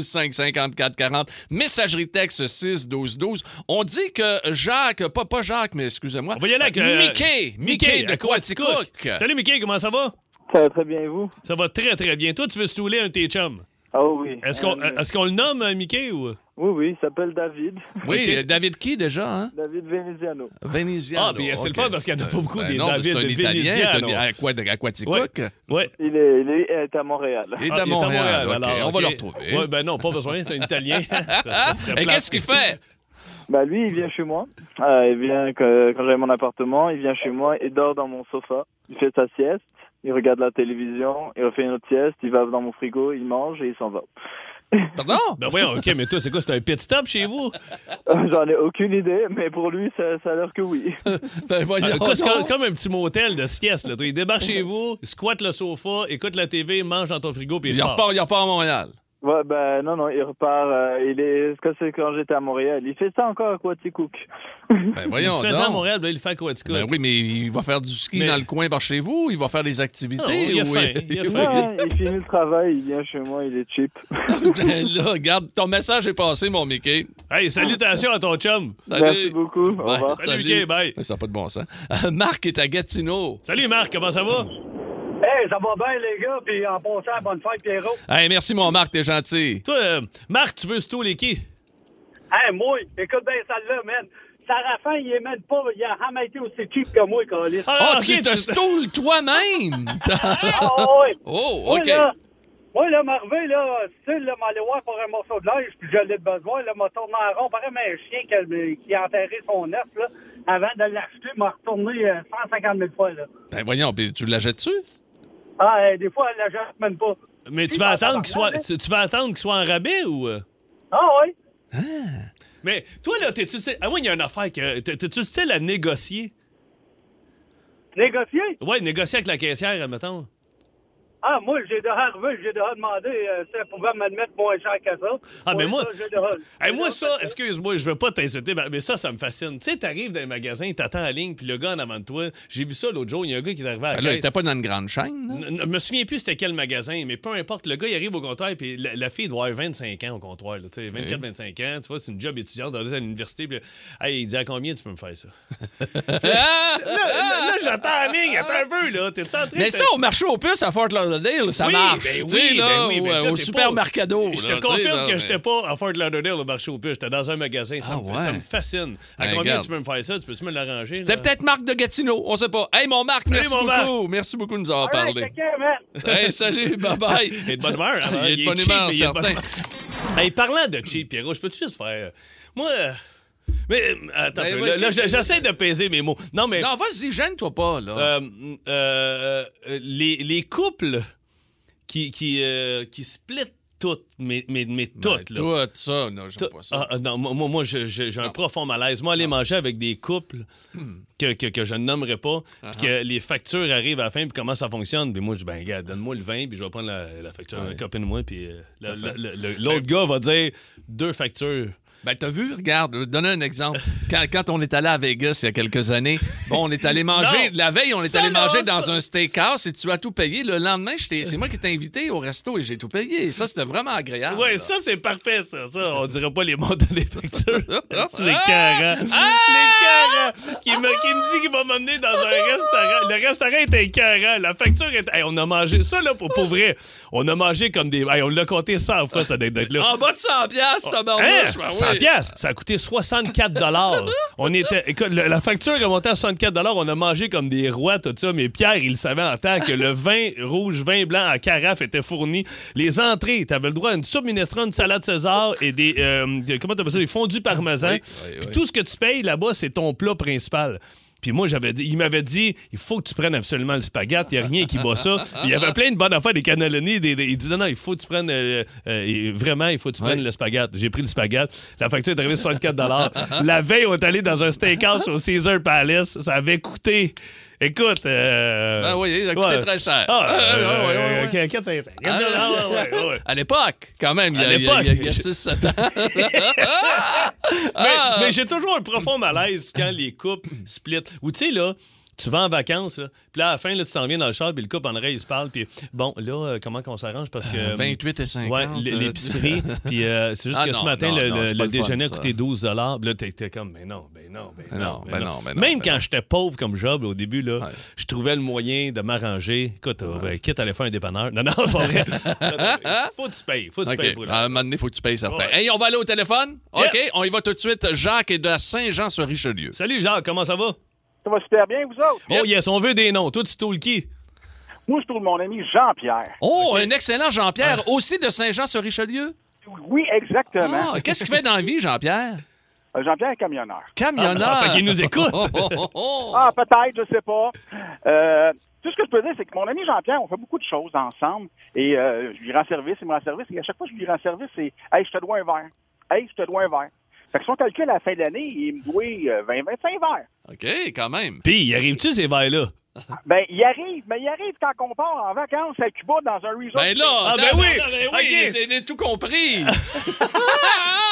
S1: 790-094-3-800-665-5440. Messagerie texte 6-12-12. On dit que Jacques, pas, pas Jacques, mais excusez-moi.
S2: On va y aller avec. euh,
S1: Mickey. Mickey de
S2: à Quaticook.
S1: Quaticook.
S2: Salut, Mickey, comment ça va?
S11: Ça va très bien, vous?
S2: Ça va très, très bien. Toi, tu veux stouler un de tes chums.
S11: Ah oui.
S2: Est-ce qu'on
S11: Euh,
S2: est-ce qu'on le nomme, euh, Mickey, ou.
S11: Oui, oui, il s'appelle David.
S1: Oui, euh, David qui déjà, hein?
S11: David Veneziano.
S1: Vénéziano.
S2: Ah, puis c'est le fun parce qu'il n'y en a pas beaucoup des
S1: ben non, mais
S2: David
S1: c'est un
S2: de
S1: Italien,
S2: Vénéziano.
S1: un- à quoi- à Quaticook.
S2: Ouais. Ouais.
S11: Il est, il est- est à Montréal.
S1: Il est
S2: Ah,
S1: à Montréal. ok,
S2: alors,
S1: On va
S2: ok.
S1: le retrouver.
S2: Ouais, ben non, pas besoin, c'est un Italien.
S1: Et qu'est-ce qu'il fait?
S11: Bah lui, il vient chez moi. Euh, il vient que- quand j'ai mon appartement, il vient chez moi et dort dans mon sofa. Il fait sa sieste, il regarde la télévision, il refait une autre sieste, il va dans mon frigo, il mange et il s'en va.
S1: Pardon?
S2: Ben voyons, OK, mais toi, c'est quoi? C'est un pit stop chez vous?
S11: Euh, J'en ai aucune idée, mais pour lui, ça, ça a l'air que oui.
S1: Ben, voyons
S2: Ah, quoi, c'est
S1: donc.
S2: comme, comme un petit motel de sieste. Là. Toi, Il débarque chez vous, squatte le sofa, écoute la TV, mange dans ton frigo, puis il
S1: Il
S2: repart.
S1: repart, il repart à Montréal.
S11: Ouais, bah non, non, il repart. euh, il est. Ce que c'est quand j'étais à Montréal. Il fait ça encore à Quaticook.
S1: Ben voyons
S2: Hmm? il fait ça à
S1: donc.
S2: Montréal, ben, il le fait à Quaticook.
S1: Ben oui, mais il va faire du ski
S2: Mais-
S1: dans le coin par chez vous, il va faire des activités.
S2: Ah, il a
S1: ou-
S2: faim, il a faim.
S11: Ouais, il finit le travail, il vient chez moi, il est cheap.
S1: Ben Là, regarde, ton message est passé, mon Mickey.
S2: Hey, salutations à ton chum.
S11: Merci beaucoup. Au
S1: Bye.
S11: revoir.
S2: Salut, Mickey, bye.
S1: Ça n'a pas de bon sens. Euh, Marc est à Gatineau.
S2: Salut Marc, comment ça va?
S12: Hey, ça va bien, les gars, puis en passant, bonne fête, Pierrot.
S1: Hey, merci, mon Marc, t'es gentil.
S2: Toi, euh, Marc, tu veux stouler les qui?
S12: Hey, moi, écoute bien celle-là, man. Sarafin, il est même pas, il a jamais été aussi cheap que moi, Calis.
S1: Ah,
S2: Ah, ok,
S1: tu te
S2: tu-
S1: stoules toi-même!
S12: Ah, ouais.
S1: oh,
S12: Moi,
S1: OK.
S12: là, moi, là, m'arriver, là, c'est là, m'aller voir pour un morceau de linge, puis j'en ai besoin, là, m'a tourné en rond, pareil, mais un chien qui, qui a enterré son œuf, là, avant de l'acheter, m'a retourné euh, 150 000 fois, là.
S1: Ben voyons, puis tu la jettes-tu?
S12: Ah, hey, des fois, elle l'achète même pas.
S2: Mais tu
S12: Oui,
S2: vas
S12: ben,
S2: attendre
S12: ça
S2: qu'il soit,
S12: va bien,
S2: tu, tu vas attendre qu'il soit en rabais ou? euh?
S12: Ah, ouais.
S2: Mais toi là, t'es-tu le style- Ah oui, il y a une affaire que t'es- t'es-tu le style à négocier?
S12: Négocier?
S2: Ouais, négocier avec la caissière, admettons.
S12: Ah, moi, j'ai déjà arrivé, j'ai déjà demandé euh, si elle pouvait me le mettre moins cher que ça.
S2: Ah, ben
S12: Oui,
S2: moi-
S12: ça, j'ai déjà-
S2: Hey, moi,
S12: j'ai déjà
S2: ça,
S12: fait
S2: excuse-moi, je veux pas t'insulter, mais ça, ça me fascine. Tu sais, t'arrives dans les magasins, t'attends en ligne, puis le gars en avant de toi, j'ai vu ça l'autre jour, il y a un gars qui est arrivé à la
S1: Ben là, il
S2: caisse.
S1: était pas dans une grande chaîne. là.
S2: N- n- me souviens plus c'était quel magasin, mais peu importe, le gars il arrive au comptoir puis la, la fille doit avoir 25 ans au comptoir, 24-25 ans, tu vois, c'est une job étudiante elle est à l'université, puis hey, il dit à combien tu peux me faire ça?
S1: Ah!
S2: Là, là, là, j'attends en ligne, attends un peu, là, t'es-tu en train
S1: Mais
S2: de-
S1: ça, au marché aux puces à Fort Lauderdale, ça
S2: Oui,
S1: marche.
S2: ben
S1: tu
S2: oui,
S1: sais,
S2: ben
S1: là,
S2: oui,
S1: ou,
S2: mais
S1: euh,
S2: toi,
S1: au
S2: t'es
S1: supermercado.
S2: Je
S1: là,
S2: te
S1: tu sais,
S2: confirme
S1: là,
S2: que
S1: mais-
S2: j'étais pas à Fort Lauderdale au marché aux puces, j'étais dans un magasin, ça,
S1: Ah
S2: me, ça
S1: ouais.
S2: me fascine. À
S1: Ben,
S2: combien
S1: regarde.
S2: tu peux me faire ça? Tu peux-tu me l'arranger?
S1: C'était
S2: là?
S1: peut-être Marc de Gatineau, on sait pas. Hey, mon Marc,
S2: Salut,
S1: merci
S2: mon
S1: beaucoup. Merci beaucoup de nous avoir
S12: Hey,
S1: parlé.
S12: quelqu'un, man.
S1: hey, salut, bye-bye.
S2: Il est de bonne humeur. hein?
S1: Il est de bonne
S2: cheap,
S1: humeur,
S2: mais il est de bonne
S1: certain.
S2: humeur. Hey, parlant de cheap, Pierrot, je peux-tu juste faire. euh, Moi. euh, Mais. euh, Attends, un
S1: Ben,
S2: peu,
S1: ouais,
S2: là, là,
S1: qu'est-ce que-
S2: j'essaie de peser mes mots. Non, mais.
S1: Non, vas-y, gêne-toi pas, là.
S2: euh, euh, euh, les, les couples qui, qui, euh, qui splitent toutes, mais, mais, mais
S1: Ben,
S2: toutes, là.
S1: Tout ça, non, j'aime
S2: Tout-
S1: pas ça.
S2: Ah, ah, non, Hmm. moi, moi, moi, je- je- j'ai un profond malaise. Moi, aller manger avec des couples que, que, que je ne nommerai pas, puis que les factures arrivent à la fin, puis comment ça fonctionne. Puis moi, je dis, ben, regarde, donne-moi le vin, puis je vais prendre la, la facture,
S1: Ouais.
S2: copine-moi, puis euh, le-
S1: Parfait.
S2: le- le- le- l'autre gars va dire deux factures.
S1: Ben, t'as vu, regarde, je vais te donner un exemple. Quand, quand on est allé à Vegas il y a quelques années, bon, on est allé manger,
S2: Non.
S1: la veille, on est
S2: Ça,
S1: allé
S2: là, ça-
S1: manger dans un steakhouse et tu as tout payé. Le lendemain, je t'ai- c'est moi qui t'ai invité au resto et j'ai tout payé. Ça, c'était vraiment agréable.
S2: Ouais, ça, c'est parfait, ça. ça. On dira pas les montants des factures.
S1: Ah!
S2: C'est les Qui me, qui me dit qu'il va m'emmener dans un restaurant. Le restaurant est écœurant. La facture est. Hey, on a mangé. Ça, là, pour, pour vrai, on a mangé comme des. Hey, on l'a compté 100 fois, ça, d'être là.
S1: Ah! En bas de 100 piastres, tabarnouche,
S2: Hein?
S1: ben oui.
S2: 100 piastres, ça a coûté 64 dollars. On était, écoute, le- la facture est montée à 64 dollars. On a mangé comme des rois, tout ça. Mais Pierre, il savait en temps que le vin rouge, vin blanc en carafe était fourni. Les entrées, t'avais le droit à une soupe minestrone, salade César et des, euh, des- comment t'appelles ça, des fondus parmesan.
S1: Oui, oui,
S2: Puis
S1: oui.
S2: tout ce que tu payes là-bas, c'est ton plat principal. Puis moi, j'avais dit, il m'avait dit, il faut que tu prennes absolument le spaghetti, il n'y a rien qui bat ça. Il y avait plein de bonnes affaires, des cannelloni, des, des- il dit, non, non, il faut que tu prennes, euh, euh, et vraiment, il faut que tu prennes le spaghetti. J'ai pris le spaghetti. La facture est arrivée à 64 La veille, on est allé dans un steakhouse au Caesar Palace. Ça avait coûté, écoute... euh,
S1: Ben oui, ça a coûté
S2: ouais.
S1: très cher.
S2: Ah,
S1: Ah, ouais,
S2: euh,
S1: ouais, ouais, ouais.
S2: ok, quatre, cinq, cinq.
S1: Ah,
S2: Ah, ouais, ouais, ouais, ouais.
S1: À l'époque, quand même, il y a,
S2: À
S1: il y a- il y a- il y a
S2: l'époque.
S1: 6-7 ans.
S2: Mais, mais j'ai toujours un profond malaise quand les couples split. Ou tu sais, là. Tu vas en vacances, là. Puis là, à la fin, là, tu t'en viens dans le char, puis le couple en oreille, il se parle. Puis bon, là, euh, comment qu'on s'arrange? Parce que. hum,
S1: Euh, 28 et 50,
S2: Ouais, l-
S1: euh,
S2: l'épicerie. puis euh, c'est juste
S1: Ah
S2: que
S1: non,
S2: ce matin,
S1: non,
S2: le,
S1: non,
S2: le-
S1: c'est
S2: le
S1: pas le fun,
S2: déjeuner a
S1: ça.
S2: coûté 12 Puis là, t'es t'es comme, mais non, ben non, ben
S1: Ben non, ben non, ben non.
S2: même quand j'étais pauvre comme Job là, au début, là, je trouvais le moyen de m'arranger. Écoute, euh, ben, quitte à aller faire un dépanneur. Non, non, pas vrai. faut que tu payes. Faut que tu
S1: OK.
S2: payes pour
S1: À un moment donné, faut que tu payes certains.
S2: Ouais.
S1: Hey, on va aller au téléphone. OK,
S2: Yep.
S1: on y va tout de suite. Jacques est de Saint-Jean-sur-Richelieu.
S2: Salut, Jacques, comment ça va?
S13: Ça va super bien, vous autres?
S2: Oh yes, on veut des noms. Toi, tu tout le qui?
S13: Moi, je trouve mon ami Jean-Pierre.
S1: Oh, un excellent
S2: Ah.
S1: Jean-Pierre, aussi de Saint-Jean-sur-Richelieu?
S13: Oui, exactement.
S1: Ah, Qu'est-ce qu'il fait dans la vie, Jean-Pierre?
S13: Euh, Jean-Pierre est camionneur.
S1: Camionneur.
S2: Ah, fait qu'il nous écoute.
S1: Oh, oh, oh, oh.
S13: Ah, peut-être, je sais pas. Euh, tout ce que je peux dire, c'est que mon ami Jean-Pierre, on fait beaucoup de choses ensemble et euh, je lui rends service, il me rend service. Et à chaque fois que je lui rends service, c'est Hey, je te dois un verre. Hey, je te dois un verre. Fait que son calcul à la fin de l'année, il me doit euh, 20-25 verres.
S1: OK, quand même.
S2: Puis, y arrive-tu ces verres-là?
S13: Ben, il arrive, mais il arrive quand on part en vacances à Cuba dans un resort.
S1: Ben là,
S2: Ah, ben
S1: attends,
S2: oui.
S1: attends, ben
S2: OK.
S1: oui, c'est j'ai tout compris. Ah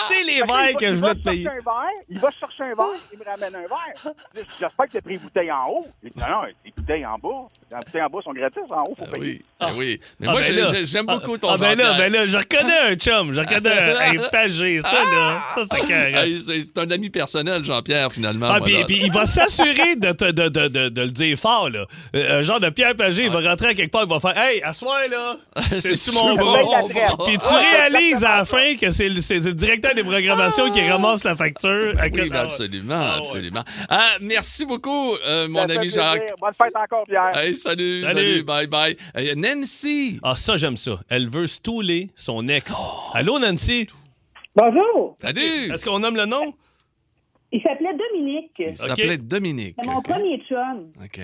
S2: C'est les
S13: Fait que là,
S2: verres
S13: il va-
S2: que je voulais te
S13: Il
S2: payer.
S13: va chercher un verre, il va chercher un verre, il me ramène un verre. Je dis, J'espère que t'as pris bouteille en haut. Il dit, non, non, les bouteilles en bas. Les bouteilles en bas sont gratis, en haut, faut
S1: Ben
S13: payer.
S1: oui, ben oui. Mais
S2: Ah,
S1: moi,
S2: ben
S1: j'ai-
S2: là.
S1: j'ai- j'aime
S2: Ah,
S1: beaucoup ton
S2: Ah, ben là,
S1: Jean-Pierre.
S2: ben là, je reconnais un chum. Je reconnais un, un pagé, ça, là. Ça, c'est carré.
S1: Hey, c'est c'est un ami personnel, Jean-Pierre, finalement.
S2: Ah,
S1: moi,
S2: puis,
S1: là.
S2: puis il va s'assurer de, te- de, de, de, de le dire fort, là. Euh, un genre de Pierre Pagé, il va rentrer à quelque part, il va faire Hey, à soir, là, c'est
S1: C'est
S2: sur
S1: sur
S2: mon
S1: mon
S2: bras.
S1: bras.
S2: Puis tu réalises à la fin que c'est le, c'est le directeur des programmations qui ramasse la facture. Ah,
S1: Oui, ben absolument, absolument. Ah, merci beaucoup, euh, mon
S13: Ça fait
S1: ami
S13: plaisir.
S1: Jacques.
S13: Bonne fête encore, Pierre.
S1: Hey, salut, salut,
S2: Salut.
S1: bye bye. Euh, Nancy.
S2: Ah, ça, j'aime ça. Elle veut stouler son ex. Allô, Nancy?
S14: Bonjour.
S1: Salut.
S2: Est-ce qu'on nomme le nom?
S14: Il s'appelait Dominique.
S1: Il s'appelait Dominique.
S14: C'était mon premier chum.
S1: OK.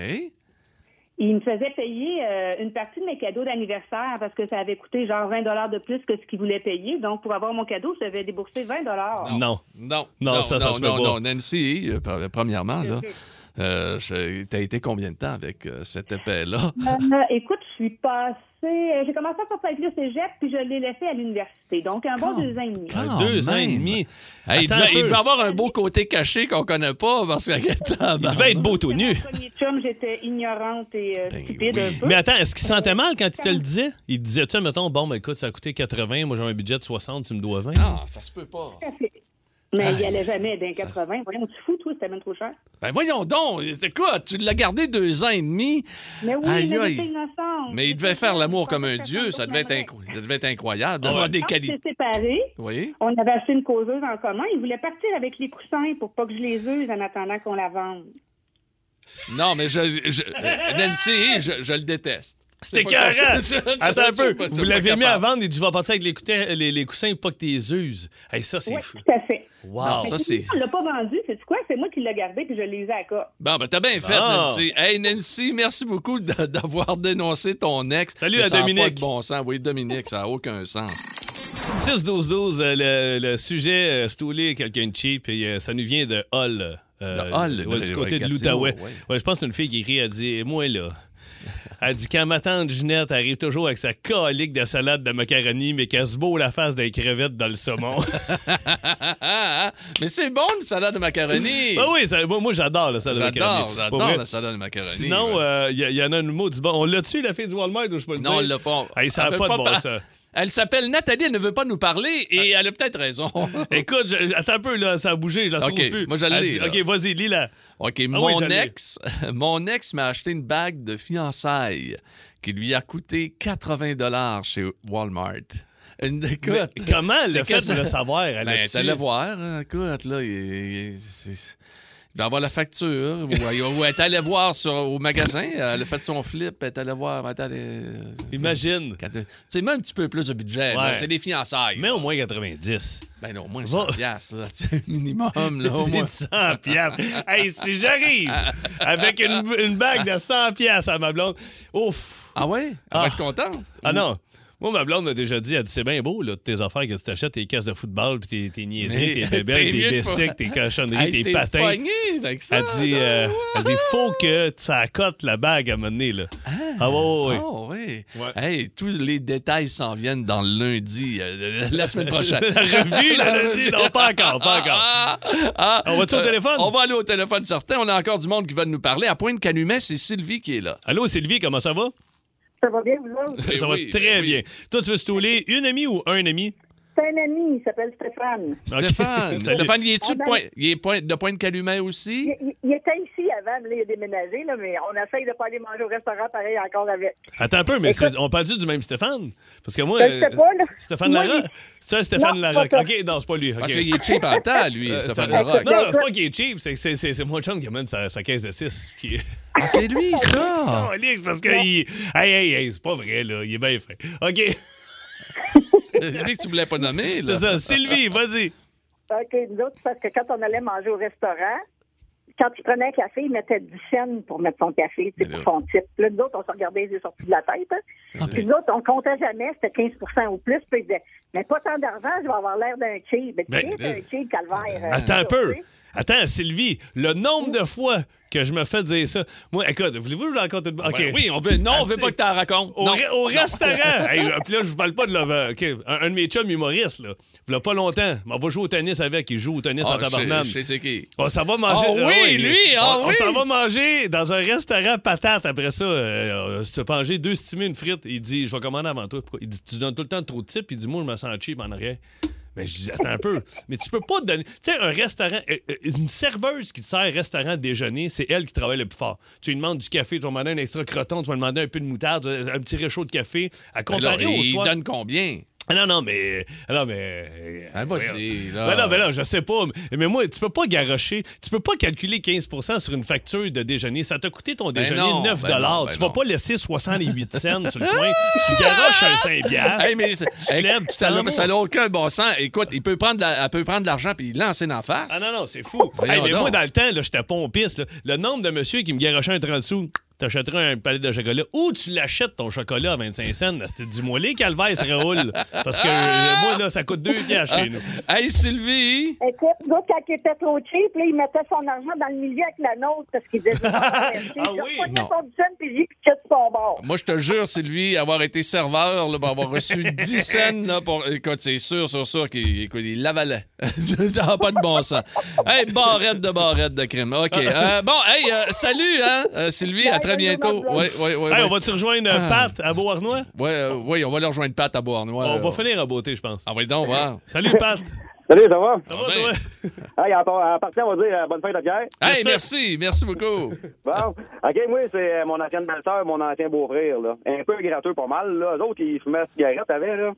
S14: Il me faisait payer euh, une partie de mes cadeaux d'anniversaire parce que ça avait coûté genre 20 dollars de plus que ce qu'il voulait payer. Donc, pour avoir mon cadeau, je devais débourser 20 dollars.
S2: Non.
S1: Non.
S2: Non, ça, ça se
S1: non,
S2: peut pas.
S1: non, Nancy, euh, pre- premièrement, là, euh, je- t'as été combien de temps avec euh, cette épée-là?
S14: Euh, écoute, je suis passée... euh, J'ai commencé à sortir avec le cégep, puis je l'ai laissé à l'université. Donc, un
S4: Ah.
S14: bon deux ans et demi.
S1: Quand
S2: deux ans et
S1: même.
S2: demi.
S1: Oh, Hey, il,
S2: Attends un
S1: devait, il
S2: peu.
S1: devait avoir un beau côté caché qu'on connaît pas parce que.
S2: Il devait être beau tout nu.
S14: Premier chum, j'étais ignorante et euh,
S1: Ben
S2: Ben
S14: stupide un peu.
S2: Mais attends, est-ce qu'il se sentait mal quand il te le disait? Il te disait, tu sais, mettons, bon, ben écoute, ça a coûté 80, moi j'ai un budget de 60, tu me dois 20.
S1: Ah, ça se peut pas.
S14: Mais
S1: Ça-
S14: il allait jamais d'un 80. Voyons, tu fous, toi, c'était même trop cher.
S1: Ben voyons donc, c'est quoi? Tu l'as gardé deux ans et demi.
S14: Mais oui,
S1: Aïe,
S14: mais
S1: aïe.
S14: j'étais innocente.
S1: Mais il devait faire l'amour comme un dieu, ça Ah, devait être, incro- ça devait être incroyable. de voir des
S14: Quand on
S1: qualités.
S14: s'est séparés,
S1: Oui.
S14: on avait acheté une causeuse en commun. Il voulait partir avec les coussins pour pas que je les use en attendant qu'on la vende.
S1: Non, mais je, je- euh, Nancy, je, je le déteste.
S2: C'était
S1: pas
S2: carré!
S1: possible. Je- je-
S2: Attends un
S1: je-
S2: peu!
S1: je- je- je-
S2: Vous
S1: je-
S2: l'avez
S1: pas
S2: mis à
S1: capable.
S2: vendre et tu vas partir avec les, coutins- les, les coussins pour pas que tu les uses. Hey, ça, c'est fou.
S14: Tout à fait.
S2: Wow!
S1: ça,
S14: Fait que
S1: c'est-
S14: On l'a pas vendu, c'est quoi? C'est moi qui l'ai gardé puis je l'ai usé à cas.
S1: Bon, ben t'as bien fait,
S2: Bon.
S1: Nancy. Hey, Nancy, merci beaucoup d'a- d'avoir dénoncé ton ex.
S2: Salut
S1: Mais
S2: à
S1: ça a pas
S2: Dominique.
S1: de bon sens. Oui, Dominique, ça n'a aucun sens.
S2: 6-12-12, euh, le, le sujet euh, stouler quelqu'un de cheap, et, euh, ça nous vient de Hall. euh,
S1: De Hull,
S2: ouais,
S1: de-
S2: du côté de
S1: Gatineau,
S2: l'Outaouais.
S1: ouais.
S2: Ouais, je pense qu'une fille qui rit, elle dit Moi, là, Elle dit quand ma tante Ginette arrive toujours avec sa colique de salade de macaroni, mais qu'elle se beau la face des crevettes dans le saumon.
S1: Ah, mais c'est bon, une salade de macaroni.
S2: Ben oui, ça- moi, moi, j'adore la salade de
S1: J'adore,
S2: macaroni.
S1: j'adore
S2: Pour vrai.
S1: la salade de macaroni,
S2: Sinon,
S1: ouais.
S2: euh, il y, a- il y en a une mot du bon. On l'a tué, la fille du Walmart, ou je peux le dire?
S1: Non, on l'a pas.
S2: Hey, ça
S1: Elle
S2: n'a
S1: veut
S2: pas, de
S1: pas
S2: bon
S1: par-
S2: sens. Ah.
S1: Elle s'appelle Nathalie, elle ne veut pas nous parler et elle a peut-être raison.
S2: Écoute, je- attends un peu, là, ça a bougé, je la
S1: OK,
S2: trouve plus.
S1: moi, je
S2: Elle
S1: l'ai,
S2: dit-
S1: là.
S2: OK, vas-y, lis-la.
S1: OK,
S2: Ah oui,
S1: mon,
S2: je l'ai.
S1: ex, mon ex m'a acheté une bague de fiançailles qui lui a coûté 80 chez Walmart. Une écoute,
S2: Mais comment elle
S1: c'est
S2: a
S1: que
S2: fait de le savoir, elle,
S1: Ben,
S2: là-dessus?
S1: t'as le voir, hein, écoute, là, il, il- c'est- il va avoir la facture. Ou, elle- ou elle est allée voir sur- au magasin, elle a fait son flip, elle est allée voir. elle est allée-
S2: Imagine.
S1: Quand- Tu sais, même un petit peu plus de budget, là,
S2: Ouais.
S1: c'est des fiançailles.
S2: Mais au moins 90.
S1: Ben non, au moins 100 piastres, là, tu sais, minimum, là, au
S2: C'est
S1: moins.
S2: 100 piastres. Hey, si j'arrive avec une, une bague de 100 piastres à ma blonde, ouf.
S1: Ah ouais? Elle
S2: ah.
S1: va être contente?
S2: Ah non. Moi, ma blonde a déjà dit, elle dit, c'est bien beau, là, tes affaires que tu t'achètes, tes caisses de football, puis tes, tes niaiseries, tes
S1: Mais
S2: bébelles,
S1: t'es mieux
S2: tes
S1: de
S2: bessiques,
S1: pas-
S2: tes cochonneries,
S1: Hey,
S2: tes
S1: t'es
S2: patins.
S1: pogné avec ça,
S2: elle dit,
S1: non?
S2: euh, elle dit, faut que ça accote la bague à un moment donné, là. Ah, ouais, ouais, ouais.
S1: Oh, oui. Hey, tous les détails s'en viennent dans le lundi, euh, la semaine prochaine.
S2: La revue, la
S1: revue.
S2: lundi, non, pas encore, pas encore.
S1: Ah,
S2: On va-tu au
S1: euh,
S2: téléphone?
S1: On va aller au téléphone certain. On a encore du monde qui va nous parler. À Pointe-Calumet, c'est Sylvie qui est là.
S2: Allô, Sylvie, comment ça va?
S15: Ça va bien, vous autres?
S1: Eh
S2: ça va
S1: oui,
S2: très bien. Toi, tu veux stouler une amie ou un ami?
S15: C'est un ami, il s'appelle Stéphane.
S1: Stéphane,
S2: Salut.
S1: Stéphane, il
S15: Ah
S1: est-tu de
S15: ben-
S1: Pointe- il est point- de Pointe-Calumet aussi?
S15: Il, il- il était ici avant, mais là, il a déménagé, là, mais on essaye de ne pas aller manger au restaurant pareil encore avec.
S2: Attends un peu,
S15: Ben,
S2: mais c'est- on parle-tu du même Stéphane? Parce que moi.
S15: Je sais
S2: euh,
S15: Ben, pas, là.
S2: Stéphane
S15: Moi,
S2: Larocque? C'est un Stéphane
S15: Non,
S2: Larocque.
S15: pas ça.
S2: OK, Euh, non, c'est pas lui.
S1: Parce qu'il est cheap en temps, lui, Stéphane
S2: Larocque.
S1: Larocque.
S2: Non, c'est pas qu'il est cheap, c'est que c'est- c'est c'est mon chum qui amène sa, sa caisse de 6.
S1: Ah, c'est lui,
S2: Non,
S1: ça!
S2: Alex, parce que. il- Hey, hey, hey, c'est pas vrai, là. Il est bien fait. OK.
S1: Lui que tu voulais pas nommer, là.
S2: C'est ça. Sylvie, vas-y.
S1: Ben,
S15: OK, nous autres, parce que quand on allait manger au restaurant, quand il prenait un café, il mettait 10 cents pour mettre son café, c'est pour son type. Là, nous autres, on se regardait les yeux sortis de la tête. hein. Puis nous autres, on comptait jamais, c'était 15 ou plus. Puis il disait, mais pas tant d'argent, je vais avoir l'air d'un cheap. Mais
S2: Ben,
S15: tu sais, c'est
S2: euh,
S15: un cheap, calvaire. euh,
S2: Attends un
S15: tu sais.
S2: peu. Attends, Sylvie, le nombre de fois que je me fais dire ça. Moi, écoute, voulez-vous que je vous raconte une. OK.
S1: Ben oui, on veut. Non, on veut pas que t'en racontes.
S2: Au,
S1: Non,
S2: re- au
S1: non.
S2: restaurant! Hey, euh, puis là, je vous parle pas de l'over. OK, Un, un de mes chums humoristes, là. Il a pas longtemps. Mais on va jouer au tennis avec. Il joue au tennis
S1: Ah,
S2: en
S1: je sais-
S2: tabarnane.
S1: Je sais c'est qui.
S2: On s'en va manger.
S1: Ah oui,
S2: Ah ouais,
S1: lui, ah
S2: on, on
S1: oui.
S2: s'en va manger dans un restaurant patate après ça. Euh, euh, si tu as mangé deux stimés, une frite, il dit Je vais commander avant toi. Pourquoi? Il dit Tu donnes tout le temps trop de type. Il dit Moi, je me sens cheap en arrière. Mais je dis Attends un peu. Mais tu peux pas te donner. Tu sais, un restaurant, euh, euh, une serveuse qui te sert restaurant déjeuner, c'est elle qui travaille le plus fort. Tu lui demandes du café, tu vas demander un extra croton, tu vas demander un peu de moutarde, un petit réchaud de café. À comparer
S1: Alors,
S2: au
S1: Ben il
S2: soir.
S1: donne combien?
S2: Ah Non, non, mais. ah Non, mais.
S1: Ah, vas-y, là.
S2: Ben non, ben non, je sais pas. mais- Mais moi, tu peux pas garocher. Tu peux pas calculer 15 sur une facture de déjeuner. Ça t'a coûté ton
S1: Ben
S2: déjeuner
S1: non,
S2: 9
S1: ben non, ben
S2: Tu vas
S1: non.
S2: pas laisser 68 cents sur le coin. Tu garoches un 5
S1: Hey, mais
S2: Ah, tu
S1: c'est-
S2: te
S1: hey,
S2: lèves, tu
S1: ça
S2: t'en
S1: n'a
S2: vas.
S1: ça n'a aucun bon sens. Écoute, il peut prendre la- elle peut prendre de l'argent puis lancer en face.
S2: Ah non, non, c'est fou.
S1: Voyons
S2: Hey, mais
S1: donc.
S2: moi, dans le temps, là, j'étais pompiste. là. Le nombre de monsieur qui me garochait un 30 sous, t'achèterais un palais de chocolat ou tu l'achètes ton chocolat à 25 cents. Dis-moi, les calvaires se roulent. Parce que euh, moi, là, ça coûte 2 piastres
S1: Ah.
S2: chez nous.
S1: Hey, Sylvie!
S15: Écoute, nous autres, quand il était trop cheap, là, il mettait son argent dans le milieu avec la nôtre parce qu'il disait Ah oui?
S1: Non.
S15: son dizaine, puis j'y piquais de son bord.
S1: Moi, je te jure, Sylvie, avoir été serveur, là, pour avoir reçu 10 scènes, là, pour... écoute, c'est sûr, sûr, sûr qu'il écoute, il l'avalait. ça n'a pas de bon sens. Hey, barrette de barrette de crime. OK.
S2: Ah.
S1: Euh, bon, hey, euh, salut, hein, euh, Sylvie, à très bientôt. Oui, oui, oui. euh,
S2: Hey, on va-tu rejoindre euh,
S1: Ah.
S2: Pat à Beauharnois?
S1: Oui, on va leur rejoindre Pat à Beauharnois.
S2: On va
S1: là.
S2: finir à beauté, je pense.
S1: Ah oui, donc, voir.
S2: Salut, Pat.
S1: Ah,
S16: Salut, ça va?
S2: Ça
S1: ben.
S2: va, toi?
S16: Hey, en, par- en partant, on va dire euh, bonne fête à Pierre.
S1: Hey, merci, merci beaucoup.
S16: Bon, OK, moi, c'est euh, mon ancienne belle-sœur, mon ancien beau-frère, là. Un peu gratteux, pas mal, là. Eux autres, ils fumaient la cigarette avec, là.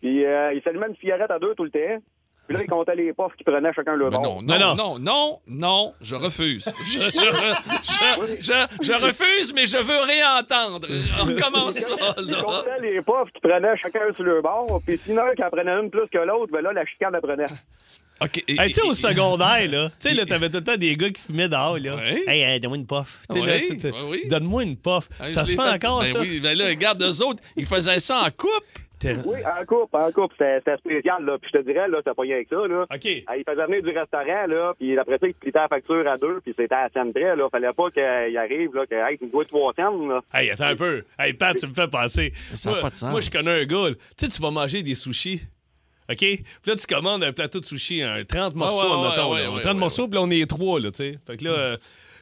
S16: Puis, euh, ils s'allumaient une cigarette à deux tout le temps. Puis là, ils comptaient les puffs qu'ils prenaient chacun le bon.
S1: Non, non, non, non, non, je refuse. Je, je re- je- je- je refuse, mais je veux réentendre. Recommence ça,
S16: Ils
S1: là.
S16: comptaient les puffs qu'ils prenaient chacun sur le bord. Puis, sinon, qu'ils en prenaient une plus que l'autre, ben là, la chicane la prenait.
S2: Hey, tu sais, au secondaire, là, tu sais, là, t'avais tout le temps des gars qui fumaient dehors, là. Hey, euh, donne-moi une puff. Tu sais, là,
S1: Oui,
S2: tu- tu-
S1: oui, oui.
S2: Donne-moi une puff.
S1: Hey,
S2: ça
S1: Ah, je
S2: se
S1: l'ai
S2: fait encore,
S1: Ben
S2: ça?
S1: Oui, ben là, regarde, eux autres, ils faisaient ça en couple.
S13: Oui, en couple, en couple. C'était c'était spécial, là. Puis je te dirais, là, c'était pas rien que ça, là.
S2: OK.
S13: il faisait venir du restaurant, là, puis après ça, il splitait la facture à deux, puis c'était à la scène près, là. Fallait pas qu'il arrive, là, que, hey, tu me dois trois cents, là.
S2: Hey, attends un peu. Hey, Pat, tu me fais penser.
S1: Ça a
S2: moi,
S1: pas de sens.
S2: moi, je connais un gars. là. Tu sais, tu vas manger des sushis. OK? Puis là, tu commandes un plateau de sushis, un 30 morceaux,
S1: ouais, ouais,
S2: mettons.
S1: ouais,
S2: là.
S1: ouais,
S2: 30 morceaux, puis là, on est trois, là, tu sais. Fait que là, euh,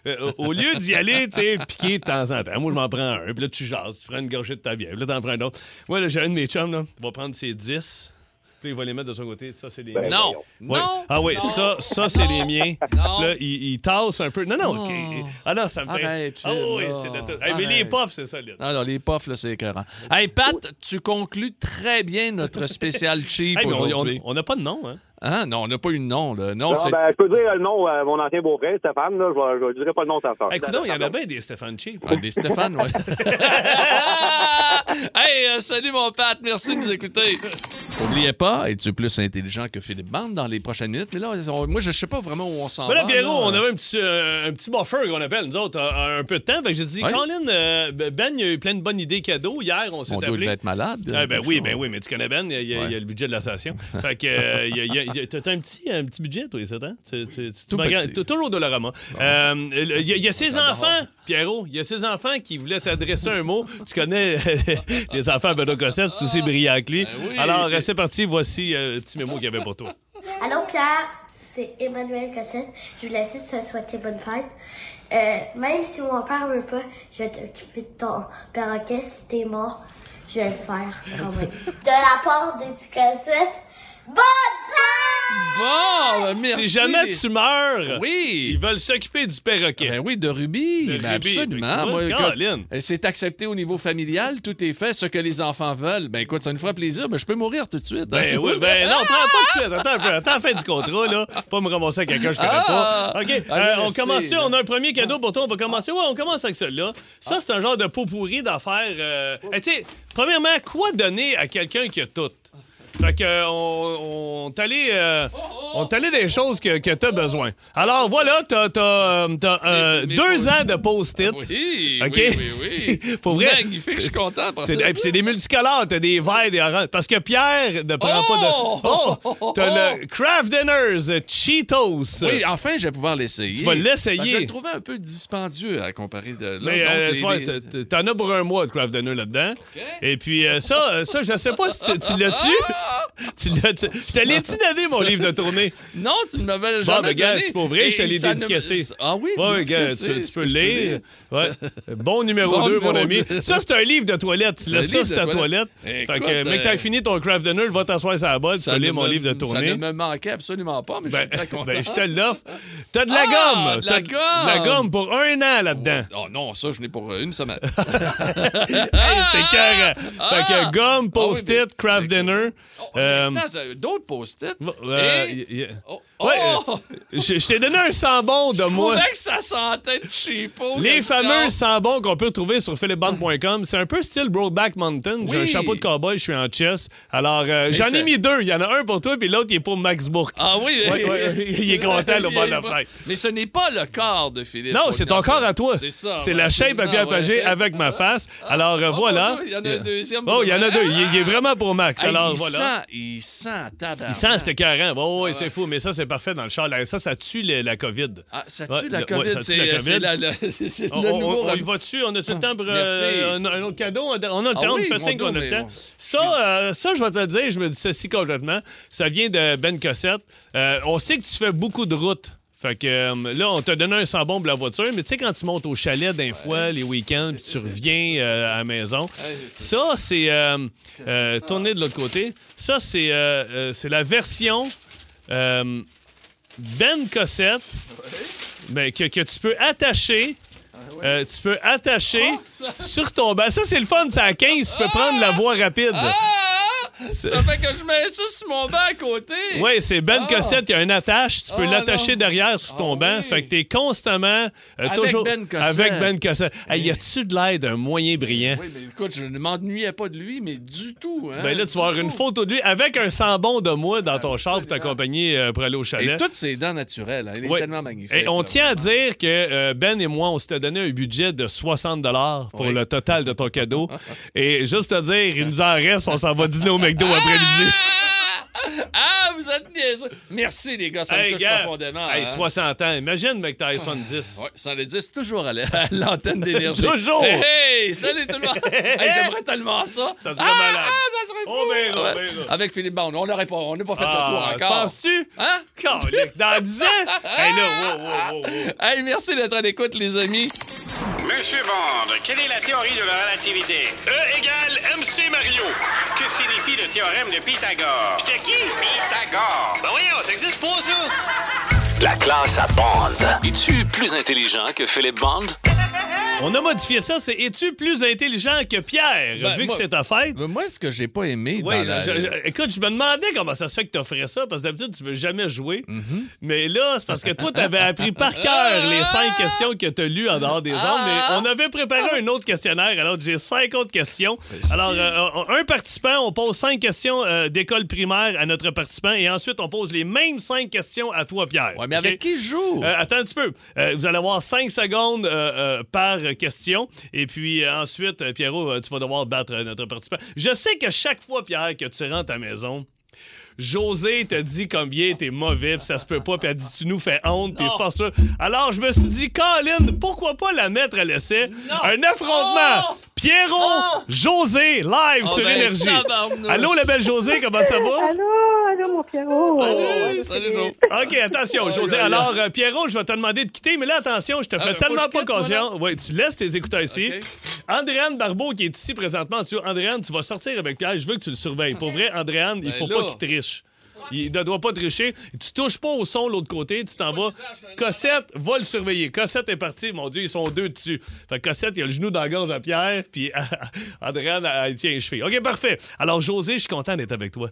S2: euh, au lieu d'y aller, tu sais, piquer de temps en temps, moi, je m'en prends un. Puis là, tu jases, tu prends une gorgée de ta bière. Puis là, t'en prends un autre. Moi, là, j'ai un de mes chums, là, il va prendre ses 10. Puis là, il va les mettre de son côté. Ça, c'est les
S1: Ben,
S2: miens.
S1: Non,
S2: Ouais.
S1: non,
S2: Ah oui,
S1: non,
S2: ça, ça c'est les miens.
S1: non.
S2: Là, il, il tasse un peu. Non, non.
S1: Oh.
S2: ok. Ah non, ça me fait.
S1: Arrête,
S2: ah oui,
S1: là.
S2: c'est de tout. Hey, mais les
S1: Arrête.
S2: puffs, c'est solide.
S1: Non, non, les pofs, là, c'est écœurant. Hey, Pat, tu conclus très bien notre spécial cheap
S2: Hey, mais on-
S1: aujourd'hui.
S2: On n'a pas de nom, hein?
S1: Hein? Non, on n'a pas eu de nom, là. Non,
S13: Non,
S1: c'est...
S13: ben, je peux dire le nom, euh, mon ancien beau-frère, Stéphane, là. Je vais- Je ne dirai pas le nom de sa soeur.
S2: Hey, coudonc, il y en a bien des Stéphane Cheap.
S1: Ah, des Stéphane, ouais. hey, euh, salut mon Pat, merci de nous écouter. N'oubliez pas, es-tu plus intelligent que Philippe Bande dans les prochaines minutes? Mais là, on- moi, je sais pas vraiment où on s'en
S2: Mais là,
S1: va.
S2: Pierrot, on
S1: là.
S2: avait un petit, euh, un petit buffer qu'on appelle, nous autres, euh, un, un peu de temps. Fait que j'ai dit,
S1: Ouais.
S2: Colin, euh, Ben, il y a eu plein de bonnes idées cadeaux. Hier, on s'est
S1: Mon dos, il
S2: appelé.
S1: devait être malade.
S2: Ah, ben
S1: quelque
S2: oui,
S1: chose.
S2: ben oui, mais tu connais Ben, il y a, il y a- il y a le budget de la station. fait que euh, il y a- il y a- il y a- t'as un petit, un petit budget, toi, c'est hein? Tu, tu, tu- tu
S1: Tout
S2: m'en-
S1: petit.
S2: t'as toujours Dollarama. Euh, le- Il y a, il y a ses
S1: J'adore.
S2: enfants, Pierrot, il y a ses enfants qui voulaient t'adresser un mot. Tu connais les enfants Benoît Cossette, c'est aussi brillant que lui.
S1: Ben oui.
S2: Alors, euh, c'est parti, voici euh, le petit mémo qu'il y avait pour toi.
S17: Allô Pierre, c'est Emmanuel Cossette. Je voulais juste te souhaiter bonne fête. Euh, même si mon père veut pas, je vais t'occuper de ton perroquet. Si t'es mort, je vais le faire quand même. de la part des petits Cossette, bonne fête!
S1: Bon, ben, merci.
S2: Si jamais tu meurs,
S1: Oui.
S2: ils veulent s'occuper du perroquet.
S1: Ben oui, de Ruby,
S2: De
S1: ben
S2: Ruby,
S1: absolument.
S2: effectivement.
S1: Moi,
S2: Caroline.
S1: quand- c'est accepté au niveau familial, tout est fait, ce que les enfants veulent. Ben écoute, ça nous fera plaisir, ben je peux mourir tout de suite. hein,
S2: Ben
S1: si vous
S2: oui,
S1: voulez.
S2: ben non, prends pas de suite. Attends un peu, attends la fin du contrat, là. Pas me ramasser à quelqu'un que je connais
S1: Ah!
S2: pas. OK, euh,
S1: Ah,
S2: on
S1: merci,
S2: commence-tu?
S1: là.
S2: On a un premier cadeau pour toi. On va commencer. Ouais, on commence avec celui-là. Ça, c'est un genre de pot pourri d'affaires. euh, eh, tu sais, premièrement, quoi donner à quelqu'un qui a tout? Fait que, euh, on, on t'allait euh, on t'allait des choses que, que t'as besoin. Alors voilà, t'as t'as, euh, t'as, euh, deux ans de post-it.
S1: Oui,
S2: OK?
S1: oui, oui, oui.
S2: Pour vrai.
S1: Magnifique, je suis
S2: c'est-
S1: content.
S2: c'est et puis c'est des multicolores, t'as des verts, des oranges. Parce que Pierre ne prend pas de. Oh! ah, T'as le Kraft Dinners euh, Cheetos.
S1: Oui, enfin, je vais pouvoir l'essayer.
S2: euh, Tu vas l'essayer.
S1: Ben, je le trouvais un peu dispendieux à comparer de là,
S2: Mais
S1: donc,
S2: euh,
S1: les-
S2: tu vois,
S1: les-
S2: t'as- t'as- t'en as pour un mois de Kraft Dinner là-dedans. Et puis euh, ça, euh, ça, je sais pas si tu, tu l'as-tu. tu l'as-tu. Je te l'ai-tu donné, mon livre de tournée?
S1: Non, tu me l'avais
S2: Bon,
S1: jamais
S2: ben, gars,
S1: donné.
S2: c'est pour vrai,
S1: Et
S2: je te l'ai
S1: ça ne-
S2: dédicacé.
S1: Ah oui,
S2: Ouais, gars,
S1: dédicacé,
S2: tu, tu
S1: est-ce
S2: peux
S1: que
S2: le
S1: je peux
S2: lire. Ouais. Bon numéro
S1: Bon
S2: 2, mon
S1: numéro
S2: ami.
S1: deux.
S2: Ça, c'est un livre de toilette. Tu
S1: Un
S2: laisses ça,
S1: livre
S2: c'est
S1: de
S2: ta toilette.
S1: toilette.
S2: fait
S1: Écoute,
S2: que, mais que
S1: euh,
S2: t'as fini ton Kraft Dinner, va t'asseoir sur la bolle, tu peux
S1: ne
S2: lire mon
S1: me-
S2: livre de tournée.
S1: Ça ne me manquait absolument pas, mais je suis très content.
S2: Ben, je te l'offre. T'as de la
S1: Ah,
S2: gomme.
S1: de la
S2: T'as
S1: gomme.
S2: la gomme pour un an là-dedans.
S1: Oh non, ça, je l'ai pour euh, une semaine.
S2: hey, c'était carré.
S1: Ah!
S2: Fait que gomme,
S1: Ah oui, oh,
S2: post-it, craft dinner. Euh,
S1: Pour l'instant, ça- D'autres post-it.
S2: euh,
S1: Et-
S2: y- y-
S1: Oh,
S2: Ouais,
S1: oh!
S2: euh, je, je t'ai donné un sambon de
S1: Je
S2: moi.
S1: trouvais que ça sentait de cheapo.
S2: Les
S1: comme ça.
S2: fameux sambons qu'on peut trouver sur philipband.com, c'est un peu style Broadback Mountain. J'ai un
S1: Oui.
S2: chapeau de cowboy, je suis en chess. Alors, euh,
S1: Mais
S2: j'en ai
S1: c'est-
S2: mis deux. Il y en a un pour toi, puis l'autre, il est pour Max Bourque.
S1: Ah oui,
S2: Ouais, ouais, ouais. il est content, le
S1: Il
S2: bon
S1: est
S2: de
S1: bon.
S2: fête.
S1: Mais ce n'est pas le corps de Philippe.
S2: Non, c'est ton corps à toi.
S1: C'est ça.
S2: C'est
S1: ouais,
S2: la shape à
S1: absolument,
S2: Pierre
S1: ouais. Ah,
S2: Pagé avec ma face. Alors, euh, voilà.
S1: il y en a un deuxième.
S2: Oh, il y en a deux. Il, est- il est vraiment pour Max.
S1: Hey,
S2: Alors,
S1: il
S2: voilà.
S1: Sent, il sent tabac.
S2: Il sent, c'était carré. Bon, oui, c'est fou, mais ça, c'est parfait dans le char. Là, Ça, ça tue le- la COVID.
S1: Ah, ça tue
S2: Ouais,
S1: la
S2: le-
S1: COVID.
S2: ouais, ça tue la
S1: c'est c'est
S2: COVID.
S1: la- la- c'est le
S2: On, on-
S1: nouveau. Ah,
S2: on y va dessus, on a-tu le temps pour euh, un,
S1: Merci.
S2: un autre cadeau? On a on a le
S1: Ah
S2: temps, on
S1: oui,
S2: fait
S1: mon
S2: signe qu'on a
S1: Dieu,
S2: le
S1: mais
S2: temps.
S1: on-
S2: Ça, euh, ça, je vais te le dire, je me dis ceci complètement. Ça vient de Ben Cossette. Euh, on sait que tu fais beaucoup de routes. Fait que euh, là, on t'a donné un sambon pour la voiture, mais tu sais, quand tu montes au chalet d'un fois, les week-ends, puis tu reviens euh, à la maison, ça, c'est. euh, euh, tourner de l'autre côté. Ça, c'est euh, euh, c'est la version euh, Ben Cossette ben, que, que tu peux attacher.
S1: Ah
S2: euh, tu peux
S1: Oh, Ah!
S2: attacher sur ton banc. Ça, c'est le fun, c'est à 15, tu peux prendre la voie rapide.
S1: Ça fait que je mets ça sur mon banc à côté.
S2: Oui, c'est Ben
S1: Ah.
S2: Cossette, il y a un attache, tu peux
S1: Ah,
S2: l'attacher
S1: non. Ah
S2: derrière sur ton banc. Fait que t'es constamment euh,
S1: Avec
S2: toujours
S1: Ben Cossette.
S2: avec Ben Cossette. Hey, y a-tu de l'air d'un moyen brillant?
S1: Oui, mais écoute, je ne m'ennuyais pas de lui, mais du tout. Hein,
S2: Ben là, tu
S1: du
S2: vas avoir une
S1: tout.
S2: photo de lui avec un sambon de moi dans ton char pour t'accompagner euh, pour aller au chalet.
S1: Et toutes ses dents naturelles. hein, il est
S2: Oui.
S1: tellement magnifique.
S2: Et on
S1: là.
S2: tient à dire que euh, Ben et moi, on s'était donné un budget de 60 pour le total de ton cadeau. et juste te dire, il nous en reste, on s'en va dîner au McDo après-midi.
S1: Ah, vous êtes niaiseux. Merci, les gars, ça
S2: Hey,
S1: me touche
S2: gars.
S1: profondément.
S2: Hey,
S1: hein.
S2: 60 ans, imagine mec Tyson 10.
S1: Ouais, 110, toujours à la- à l'antenne d'énergie.
S2: Toujours!
S1: Hey, hey, salut tout le monde! Hey, J'aimerais tellement ça!
S2: Ça serait
S1: Ah,
S2: malade.
S1: Ah, ça serait fou!
S2: verra, on
S1: Ouais.
S2: verra.
S1: Avec Philippe Bond, on n'aurait pas, on n'a pas fait
S2: Ah,
S1: le tour encore.
S2: penses-tu?
S1: Hein?
S2: Calique, dans 10 ans? Hey, là, wow, wow, wow, wow.
S1: Hey, merci d'être à l'écoute, les amis.
S18: Monsieur Bond, quelle est la théorie de la relativité? E égale MC Mario. Que signifie le théorème de Pythagore? C'était qui? Pythagore. Ben voyons, ça existe pas, ça?
S6: La classe à bande. Es-tu plus intelligent que Philippe Bond?
S2: On a modifié ça, c'est es-tu plus intelligent que Pierre,
S1: Ben,
S2: vu
S1: moi-
S2: que c'est ta fête?
S1: Moi, ce que j'ai pas aimé
S2: Oui,
S1: dans la-
S2: je- je- écoute, je me demandais comment ça se fait que t'offrais ça, parce que d'habitude, tu veux jamais jouer.
S1: Mm-hmm.
S2: Mais là, c'est parce que toi, t'avais appris par cœur les cinq questions que t'as lues en dehors des
S1: Ah!
S2: ondes, mais on avait préparé un autre questionnaire, alors j'ai cinq autres questions. Alors, euh, un participant, on pose cinq questions euh, d'école primaire à notre participant, et ensuite, on pose les mêmes cinq questions à toi, Pierre.
S1: Ouais, mais avec qui je joue?
S2: Euh, attends un petit peu. Euh, vous allez avoir 5 secondes euh, euh, par question. Et puis euh, ensuite, euh, Pierrot, euh, tu vas devoir battre euh, notre participant. Je sais que chaque fois, Pierre, que tu rentres à la maison, José te dit combien t'es mauvais, puis ça se peut pas, puis elle dit tu nous fais honte, puis force ça. Alors je me suis dit, Colin, pourquoi pas la mettre à l'essai? Un affrontement! Pierrot, José, live
S1: Oh,
S2: sur
S1: ben,
S2: Énergie.
S1: tabarnouche.
S2: Allô, la belle José, comment ça va?
S15: Allô, allô, mon oh, Pierrot.
S2: Ben, Euh,
S1: Salut, salut, Jo.
S2: OK, attention,
S1: Oh
S2: José.
S1: là là.
S2: Alors, euh, Pierrot, je vais te demander de quitter, mais là, attention, je te fais
S1: Ah, faut que
S2: tellement
S1: je
S2: pas
S1: quitte, moi,
S2: confiance. Oui, tu laisses tes écouteurs ici. Andréane Barbeau, qui est ici présentement, sur Andréane, tu vas sortir avec Pierre. Je veux que tu le surveilles. Pour vrai, Andréane, il
S1: Ben
S2: faut
S1: là.
S2: pas qu'il triche. Il ne doit pas tricher. Tu touches pas au son de l'autre côté, tu t'en vas. Cossette, va le surveiller. Cossette est partie. Mon Dieu, ils sont deux dessus. Fait que Cossette, il a le genou dans la gorge à Pierre, puis Andréane, elle tient les chevilles. OK, parfait. Alors, José, je suis content d'être avec toi.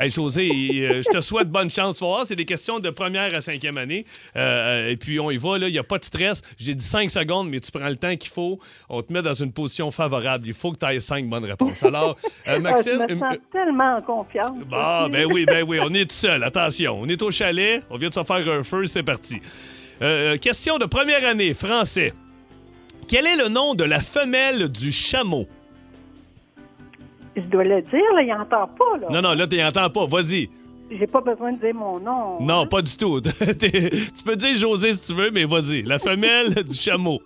S2: Hey José, et, euh, je te souhaite bonne chance. Tu vas voir, c'est des questions de première à cinquième année. Euh, et puis, on y va, là. Il n'y a pas de stress. J'ai dit cinq secondes, mais tu prends le temps qu'il faut. On te met dans une position favorable. Il faut que tu aies cinq bonnes réponses. Alors, euh, Maxime.
S15: Ah, je me sens
S2: euh,
S15: tellement en confiance.
S2: ah, ben oui, ben oui, on est tout seul. Attention, on est au chalet. On vient de se faire un feu, c'est parti. Euh, question de première année, français. Quel est le nom de la femelle du chameau?
S15: Je dois le dire, là, il n'entend pas. Là.
S2: Non, non, là, tu entends pas. Vas-y.
S15: J'ai pas besoin de dire mon nom.
S2: Non, pas du tout. T'es- tu peux dire José si tu veux, mais vas-y. La femelle du chameau.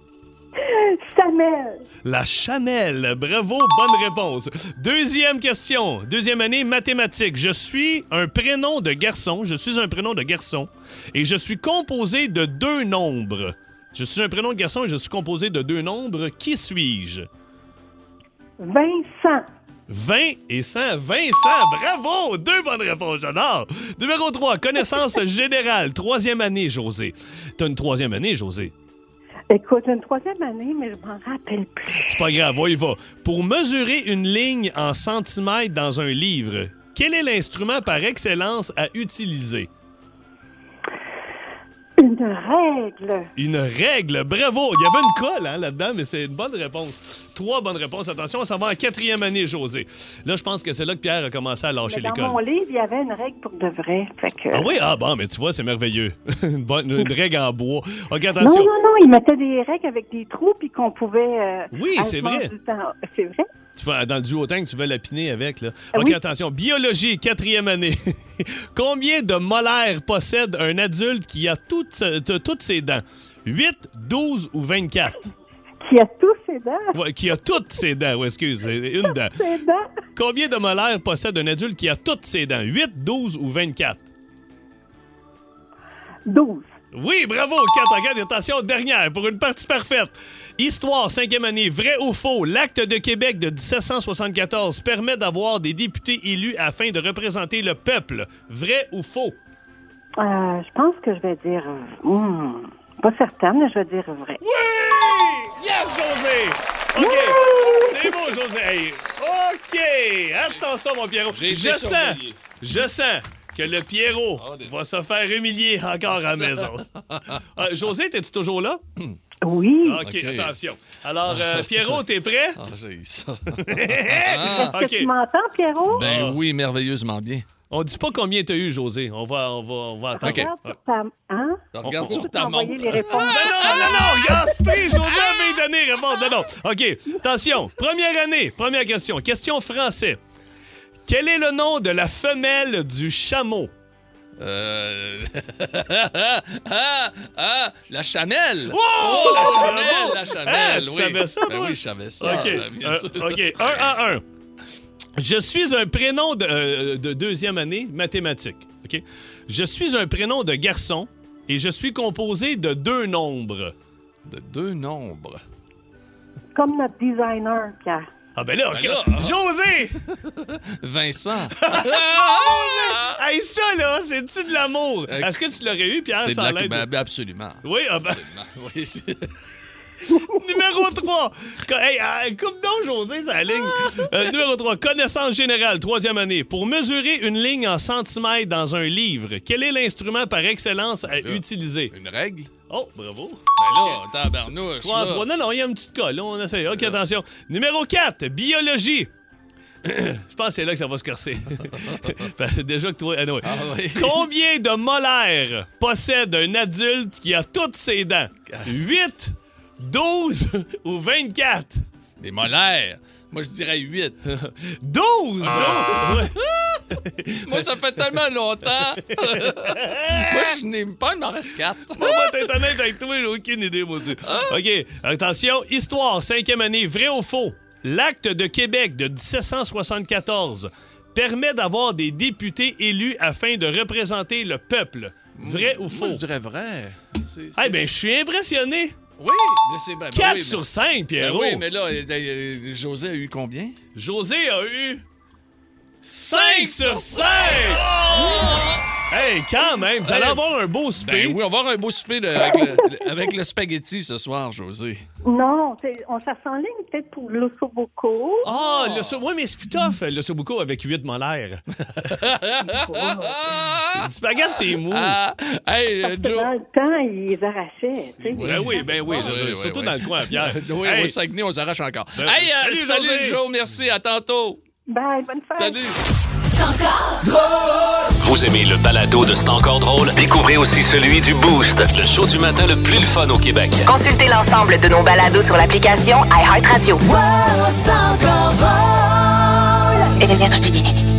S15: Samuel.
S2: La chamelle. Bravo, bonne réponse. Deuxième question. Deuxième année, mathématiques. Je suis un prénom de garçon. Je suis un prénom de garçon. Et je suis composé de deux nombres. Je suis un prénom de garçon et je suis composé de deux nombres. Qui suis-je?
S15: Vincent.
S2: 20 et 100. Vincent, bravo! Deux bonnes réponses, j'adore! Numéro 3, connaissance générale. Troisième année, José. T'as une troisième année, José.
S15: Écoute, une troisième année, mais je m'en rappelle plus.
S2: C'est pas grave, on y va. Pour mesurer une ligne en centimètres dans un livre, quel est l'instrument par excellence à utiliser?
S15: Une règle.
S2: Une règle, bravo! Il y avait une colle hein, là-dedans, mais c'est une bonne réponse. Trois bonnes réponses. Attention, on s'en va en quatrième année, José. Là, je pense que c'est là que Pierre a commencé à lâcher
S15: Mais dans
S2: l'école.
S15: mon livre, il y avait une règle pour de vrai. Fait que...
S2: Ah oui, ah bon, mais tu vois, c'est merveilleux. une, bonne, une règle en bois. OK,
S15: Non,
S2: attention.
S15: non, Ah non, il mettait des règles avec des trous, puis qu'on pouvait... euh,
S2: Oui,
S15: à
S2: c'est
S15: la fin
S2: vrai.
S15: du temps. C'est vrai?
S2: Tu vas- dans le duotang, tu vas lapiner avec. Là.
S15: Ah
S2: OK,
S15: oui.
S2: attention. Biologie, quatrième année. Combien de molaires possède un adulte qui a toutes, ce- t- toutes ses dents? 8, 12 ou 24?
S15: Qui a tous ses dents.
S2: Ouais, qui a toutes ses dents, oui, excuse, c'est une dent.
S15: Ses dents.
S2: Combien de molaires possède un adulte qui a toutes ses dents? 8, 12 ou 24?
S15: 12.
S2: Oui, bravo, 4 à 4. Attention, dernière, pour une partie parfaite. Histoire, cinquième année, vrai ou faux, l'acte de Québec de 1774 permet d'avoir des députés élus afin de représenter le peuple. Vrai ou faux?
S15: Euh, je pense que je vais dire... euh, hmm, pas certaine, mais je vais dire vrai.
S2: Oui! Yes, José! OK, c'est beau, José. Hey, Oh, OK! Attention, mon Pierrot.
S18: J'ai été
S2: Je sens,
S18: surveillé. Ah,
S2: je sens que le Pierrot va se faire humilier encore à la maison. Ah, José, es-tu toujours là?
S15: Oui.
S2: OK, attention. Alors, euh, Pierrot, t'es prêt?
S1: Ah, j'ai eu ça.
S15: Est-ce
S18: Ah.
S15: que
S2: OK.
S15: tu m'entends, Pierrot?
S1: Ben oui, merveilleusement bien.
S2: On dit pas combien t'as eu, José. On va, on va, on va attendre.
S15: Regarde sur ta... Hein?
S2: Regarde
S15: Tu
S2: sur
S15: peux
S2: ta
S15: t'envoyer
S2: montre.
S15: les réponses.
S2: Non, non, non, gaspille, José avait donné réponse. Non, non. OK, attention. Première année, première question. Question français. Quel est le nom de la femelle du chameau?
S1: Euh... ah, ah, la Chanel!
S2: Oh,
S1: Oh, la Chanel,
S2: bravo!
S1: la Chanel,
S2: Ah, tu
S1: oui.
S2: savais ça,
S1: Ben
S2: toi?
S1: oui, je savais ça,
S2: OK,
S1: ben, bien
S2: Euh,
S1: sûr.
S2: OK, un à un. Je suis un prénom de, euh, de deuxième année mathématiques. OK? Je suis un prénom de garçon et je suis composé de deux nombres.
S1: De deux nombres?
S15: Comme notre designer, Pierre.
S2: Ah ben là, OK.
S1: Ben là, ah.
S2: José!
S1: Vincent! Ah!
S2: hey, Ah, ça là, c'est-tu de l'amour? Est-ce que tu l'aurais eu, Pierre,
S1: Euh, C'est de
S2: sans
S1: la...
S2: l'aide?
S1: ben, ben, absolument.
S2: Oui, ah ben...
S1: Oui, c'est-
S2: numéro 3. Hey, ah, coupe donc, José, sa ligne. Euh, numéro 3. Connaissance générale, troisième année. Pour mesurer une ligne en centimètres dans un livre, quel est l'instrument par excellence à utiliser?
S1: Une règle?
S2: Oh, bravo.
S1: Ben là, tabarnouche!
S2: 3
S1: là.
S2: Non, non, il y a une petite colle. là, on essaie. OK, attention. Numéro 4, biologie. Je pense que c'est là que ça va se corser. Ben, Déjà que toi. anyway. Combien de molaires possède un adulte qui a toutes ses dents? 8, 12 ou 24?
S1: Des molaires! Moi, je dirais 8.
S2: 12!
S1: Moi, ça fait tellement longtemps! Moi, je n'ai pas, il m'en reste 4.
S2: Bon, ben, t'es honnête avec toi, j'ai aucune idée, moi aussi.
S1: Ah.
S2: OK, attention. Histoire, cinquième année, vrai ou faux? L'acte de Québec de 1774 permet d'avoir des députés élus afin de représenter le peuple. Vrai ou faux?
S1: Moi, je dirais vrai. C'est- Ah
S2: Eh ben, je suis impressionné.
S1: Oui, mais c'est ben, ben
S2: 4
S1: oui, mais-
S2: sur 5,
S1: Ben
S2: Pierrot.
S1: oui, mais là, euh, euh, José a eu combien?
S2: José a eu 5 sur 5! Hey, quand même, vous allez
S1: Hey.
S2: avoir un beau souper.
S1: Ben oui, on va avoir un beau souper de- avec, le, le- avec le spaghetti ce soir, José.
S15: Non, c'est- on s'en ligne peut-être pour l'Osoboko.
S2: Ah, le so oui, mais c'est plus tough, le sobuco avec 8 molaires. du spaghetti, c'est mou.
S1: Ah! hey, euh,
S15: Parce que dans le temps, ils arrachaient. tu sais.
S2: Ben oui, ben oui, je-
S1: Ah! oui,
S2: surtout
S1: oui.
S2: dans le coin, Pierre.
S1: Oui,
S2: Hey.
S1: au Saguenay, on s'arrache encore.
S2: Ben,
S1: hey, euh,
S2: salut,
S1: salut,
S2: José.
S1: Joe, merci, à tantôt.
S15: Bye, Ben, bonne fête.
S1: Salut.
S6: Vous aimez le balado de C'est encore drôle? Découvrez aussi celui du Boost, le show du matin le plus le fun au Québec.
S5: Consultez l'ensemble de nos balados sur l'application iHeartRadio. Énergie.